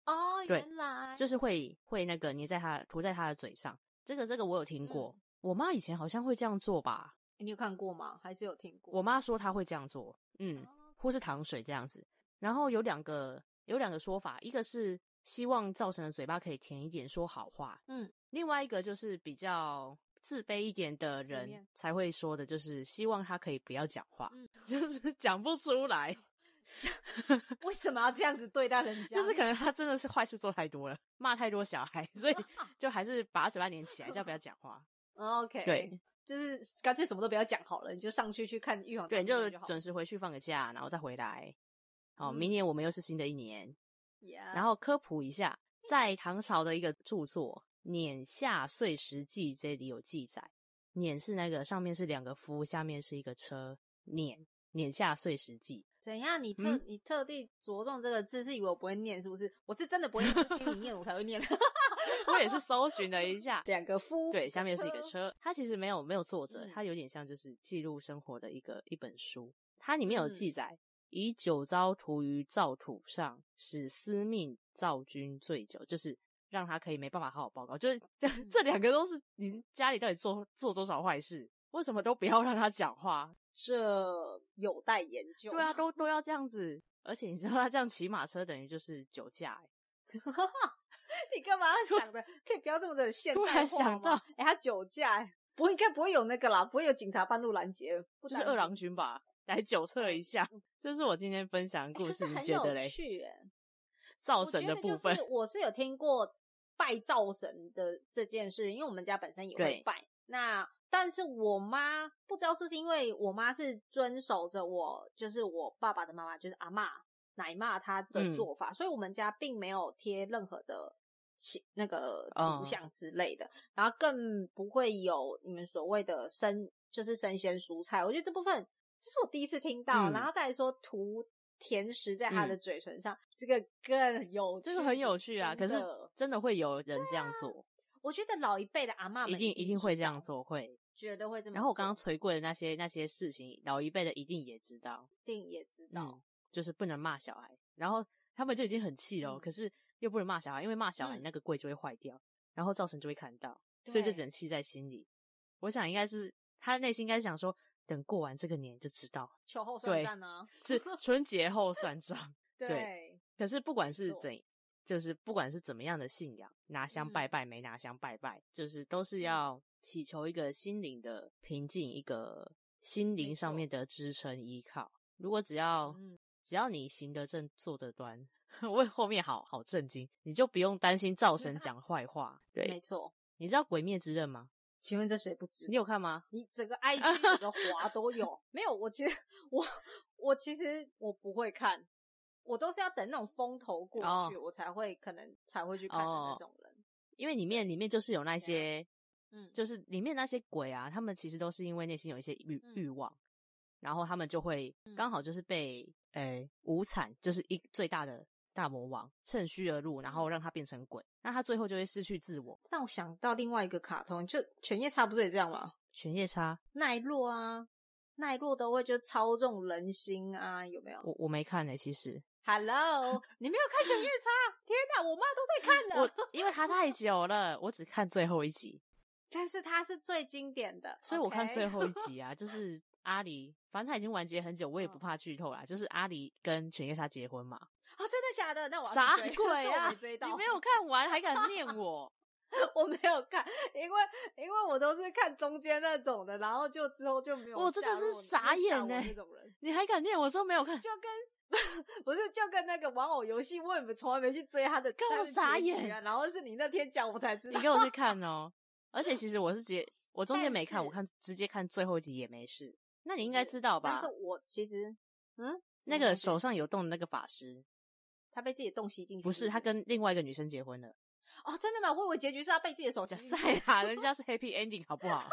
Speaker 3: 哦，
Speaker 2: 对
Speaker 3: 原来
Speaker 2: 就是会会那个粘在他涂在他的嘴上。这个这个我有听过，我妈以前好像会这样做吧？
Speaker 3: 你有看过吗？还是有听过？
Speaker 2: 我妈说她会这样做，嗯。
Speaker 3: 哦
Speaker 2: 或是糖水这样子。然后有两个有两个说法，一个是希望造成的嘴巴可以甜一点，说好话，
Speaker 3: 嗯，
Speaker 2: 另外一个就是比较自卑一点的
Speaker 3: 负
Speaker 2: 人
Speaker 3: 面
Speaker 2: 才会说的，就是希望他可以不要讲话，
Speaker 3: 嗯
Speaker 2: 就是讲不出来，
Speaker 3: 为什么要这样子对待人家？
Speaker 2: 就是可能他真的是坏事做太多了，骂太多小孩， 所以就还是把他嘴巴粘起来，叫不要讲话。
Speaker 3: 哦 OK，
Speaker 2: 对，
Speaker 3: 就是干脆什么都不要讲好了，你就上去去看玉皇大
Speaker 2: 对，
Speaker 3: 帝
Speaker 2: 你就
Speaker 3: 好了。
Speaker 2: 准时回去放个假，然后再回来。哦，
Speaker 3: 嗯
Speaker 2: 明年我们又是新的一年，然
Speaker 3: 然
Speaker 2: 后科普一下，在唐朝的一个著作《碾下碎石记》这里有记载，碾是那个上面是两个夫，下面是一个车，碾碾下碎石记。
Speaker 3: 怎样？你特
Speaker 2: 嗯
Speaker 3: 你特地着重这个字，是以为我不会念是不是？我是真的不会念，就是听你念我才会念。
Speaker 2: 我也是搜寻了一下，
Speaker 3: 两个夫，
Speaker 2: 对，下面是一个
Speaker 3: 车。
Speaker 2: 车。它其实没有没有作者
Speaker 3: 嗯，
Speaker 2: 它有点像就是记录生活的一个一本书。它里面有
Speaker 3: 嗯
Speaker 2: 记载，以酒糟涂于灶土上，使司命灶君醉酒，就是让他可以没办法好好报告。就是 这这
Speaker 3: 嗯
Speaker 2: 两个都是您家里到底做做多少坏事，为什么都不要让他讲话？
Speaker 3: 这有待研究。
Speaker 2: 对啊，都都要这样子。而且你知道他这样骑马车等于就是酒驾、欸，
Speaker 3: 你干嘛想的？可以不要这么的现代化
Speaker 2: 突然想到
Speaker 3: 哎、他酒驾、欸，不会应该不会有那个啦，不会有警察半路拦截，不
Speaker 2: 就是
Speaker 3: 担
Speaker 2: 二
Speaker 3: 心
Speaker 2: 郎君吧？来酒测一 下，这是我今天分享的
Speaker 3: 哎
Speaker 2: 故
Speaker 3: 可是
Speaker 2: 事，你
Speaker 3: 很
Speaker 2: 觉
Speaker 3: 有
Speaker 2: 得嘞？
Speaker 3: 趣、欸，
Speaker 2: 造
Speaker 3: 我
Speaker 2: 神
Speaker 3: 觉
Speaker 2: 的
Speaker 3: 得
Speaker 2: 部分
Speaker 3: 就，是我是有听过拜灶神的这件事，因为我们家本身也会
Speaker 2: 对
Speaker 3: 拜。那但是我妈不知道是不是因为我妈是遵守着我，就是我爸爸的妈妈，就是阿嬷奶妈她的
Speaker 2: 嗯
Speaker 3: 做法，所以我们家并没有贴任何的其。那个图
Speaker 2: 嗯
Speaker 3: 像之类的，然后更不会有你们所谓的生，就是生鲜蔬菜。我觉得这部分这是我第一次听到，
Speaker 2: 嗯
Speaker 3: 然后再来说涂甜食在他的
Speaker 2: 嗯
Speaker 3: 嘴唇上，这个更有趣，
Speaker 2: 这个很有趣啊。可
Speaker 3: 真
Speaker 2: 是
Speaker 3: 的
Speaker 2: 真的会有人这样做，
Speaker 3: 我觉得老一辈的阿嬷们
Speaker 2: 一定
Speaker 3: 一
Speaker 2: 一定会
Speaker 3: 知
Speaker 2: 这样
Speaker 3: 道，
Speaker 2: 做，会。
Speaker 3: 绝对啊会这么做。
Speaker 2: 然后我刚刚捶过的那些那些事情，老一辈的一定也知道，
Speaker 3: 一定也知道，
Speaker 2: 嗯，就是不能骂小孩。然后他们就已经很气了哦，
Speaker 3: 嗯
Speaker 2: 可是又不能骂小孩，因为骂小孩
Speaker 3: 嗯
Speaker 2: 那个柜就会坏掉，然后造成就会看到，所以就
Speaker 3: 对
Speaker 2: 只能气在心里。我想应该是他内心应该是想说，等过完这个年就知道，
Speaker 3: 秋后算账呢？
Speaker 2: 是春节后算账。对
Speaker 3: 对，
Speaker 2: 可是不管
Speaker 3: 没
Speaker 2: 是
Speaker 3: 错
Speaker 2: 怎，就是不管是怎么样的信仰，拿香
Speaker 3: 嗯
Speaker 2: 拜拜、没拿香拜拜，就是都是要祈求一个心灵的平静，一个心灵上面的支撑依靠。如果只要、
Speaker 3: 嗯
Speaker 2: 只要你行得正，坐得端， 我后面好好震惊，你就不用担心灶 神讲坏话。
Speaker 3: 没
Speaker 2: 对，
Speaker 3: 错。
Speaker 2: 你知道《鬼灭之刃》吗？
Speaker 3: 请问这谁不知道？
Speaker 2: 你有看吗？
Speaker 3: 你整个 IG 整个滑 都有。没有，我其实我我其实我不会看，我都是要等那种风头过去，
Speaker 2: 哦
Speaker 3: 我才会可能才会去看的那种人。
Speaker 2: 因为里面里面就是有那些
Speaker 3: 嗯，
Speaker 2: 就是里面那些鬼啊，他们其实都是因为内心有一些欲
Speaker 3: 嗯
Speaker 2: 欲望，然后他们就会
Speaker 3: 嗯
Speaker 2: 刚好就是被诶、无惨，就是一最大的大魔王趁虚而入，然
Speaker 3: 嗯
Speaker 2: 后让他变成鬼，那他最后就会失去自我。
Speaker 3: 让我想到另外一个卡通，就《犬夜叉》不是也这样吗？
Speaker 2: 犬夜叉，
Speaker 3: 奈落啊，奈落都会就操纵人心啊，有没有
Speaker 2: 我我没看呢、其实
Speaker 3: ？Hello，你没有看《犬夜叉》？天哪，我妈都在看
Speaker 2: 我
Speaker 3: 了。
Speaker 2: 因为它太久了，我只看最后一集，
Speaker 3: 但是它是最经典的，
Speaker 2: 所以我看
Speaker 3: OK？
Speaker 2: 最后一集啊，就是阿离，反正他已经完结很久，我也不
Speaker 3: 嗯
Speaker 2: 怕剧透啦，就是阿离跟犬夜叉结婚嘛，
Speaker 3: 啊，真的假的？那我要去
Speaker 2: 啥
Speaker 3: 追
Speaker 2: 鬼
Speaker 3: 这我
Speaker 2: 啊？
Speaker 3: 没追到，
Speaker 2: 你没有看完还敢念我？
Speaker 3: 我没有看，因为因为我都是看中间那种的，然后就之后就没有下落。
Speaker 2: 我真的是傻眼
Speaker 3: 呢、
Speaker 2: 欸
Speaker 3: 那种人
Speaker 2: 你还敢念？我说没有看，
Speaker 3: 就跟不是就跟那个玩偶游戏，我也没从来没去追他的，
Speaker 2: 跟我
Speaker 3: 他的结
Speaker 2: 傻
Speaker 3: 局啊。
Speaker 2: 眼
Speaker 3: 然后是你那天讲，我才知
Speaker 2: 你
Speaker 3: 道。
Speaker 2: 给我去看哦。而且其实我是直接，我中间没
Speaker 3: 但
Speaker 2: 看，
Speaker 3: 是
Speaker 2: 我看直接看最后一集也没事。那你应该
Speaker 3: 是
Speaker 2: 知道
Speaker 3: 但
Speaker 2: 吧
Speaker 3: 是？我其实，嗯，
Speaker 2: 那个手上有洞的那个法师，
Speaker 3: 他被自己的洞吸进去，
Speaker 2: 不是他跟另外一个女生结婚了。
Speaker 3: 哦，真的吗？我以为结局是他被自己的手吸
Speaker 2: 假
Speaker 3: 进去
Speaker 2: 赛， 啦，人家是 happy ending 好不好？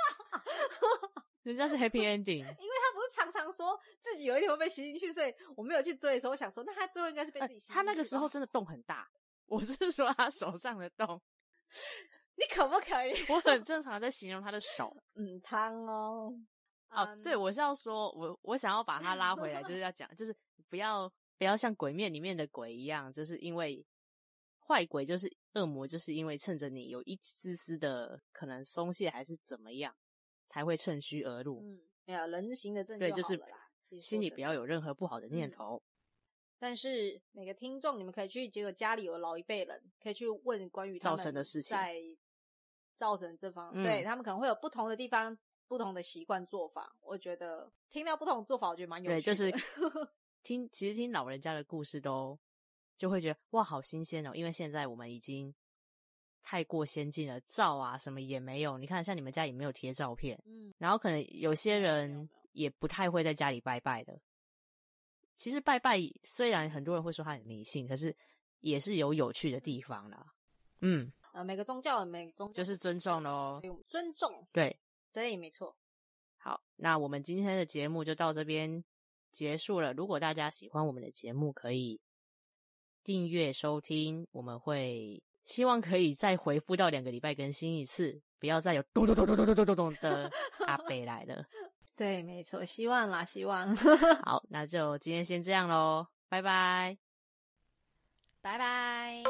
Speaker 2: 人家是 happy ending，
Speaker 3: 因为他不是常常说自己有一天会被吸进去，所以我没有去追的时候，我想说，那他最后应该 是被
Speaker 2: 呃
Speaker 3: 自己吸进去吧、
Speaker 2: 他那个时候真的洞很大，我是说他手上的洞，
Speaker 3: 你可不可以？
Speaker 2: 我很正常地在形容他的手。
Speaker 3: 嗯，汤哦。
Speaker 2: 哦，
Speaker 3: 嗯
Speaker 2: 对，我是要说，我我想要把他拉回来，就是要讲，就是不要不要像鬼面里面的鬼一样，就是因为坏鬼就是恶魔，就是因为趁着你有一丝丝的可能松懈还是怎么样，才会趁虚而入。
Speaker 3: 嗯，没有人行的正
Speaker 2: 对，就
Speaker 3: 好
Speaker 2: 是
Speaker 3: 了啦其实
Speaker 2: 心
Speaker 3: 说
Speaker 2: 里
Speaker 3: 真
Speaker 2: 不要
Speaker 3: 的
Speaker 2: 有任何不好的念
Speaker 3: 嗯
Speaker 2: 头。
Speaker 3: 但是每个听众，你们可以去，结果家里有老一辈人，可以去问关于他们
Speaker 2: 造神的事情
Speaker 3: 在造神这方，
Speaker 2: 嗯
Speaker 3: 对他们可能会有不同的地方、不同的习惯做法。我觉得听到不同的做法，我觉得蛮有
Speaker 2: 对，
Speaker 3: 趣
Speaker 2: 就
Speaker 3: 的。
Speaker 2: 是 听，其实听老人家的故事都就会觉得哇，好新鲜哦！因为现在我们已经太过先进了，照啊什么也没有。你看，像你们家也没有贴照片，
Speaker 3: 嗯，
Speaker 2: 然后可能有些
Speaker 3: 没有没有
Speaker 2: 人也不太会在家里拜拜的。其实拜拜虽然很多人会说它很迷信，可是也是有有趣的地方啦。嗯，
Speaker 3: 呃，每个宗教有每个宗教
Speaker 2: 就是尊重喽
Speaker 3: 所以。我们尊重，
Speaker 2: 对，
Speaker 3: 对，没错。
Speaker 2: 好，那我们今天的节目就到这边结束了。如果大家喜欢我们的节目，可以订阅收听，我们会希望可以再回复到两个礼拜更新一次，不要再有咚咚咚咚咚咚咚咚的阿北来了。
Speaker 3: 对，没错，希望啦，希望。
Speaker 2: 好，那就今天先这样喽，拜拜。
Speaker 3: 拜拜。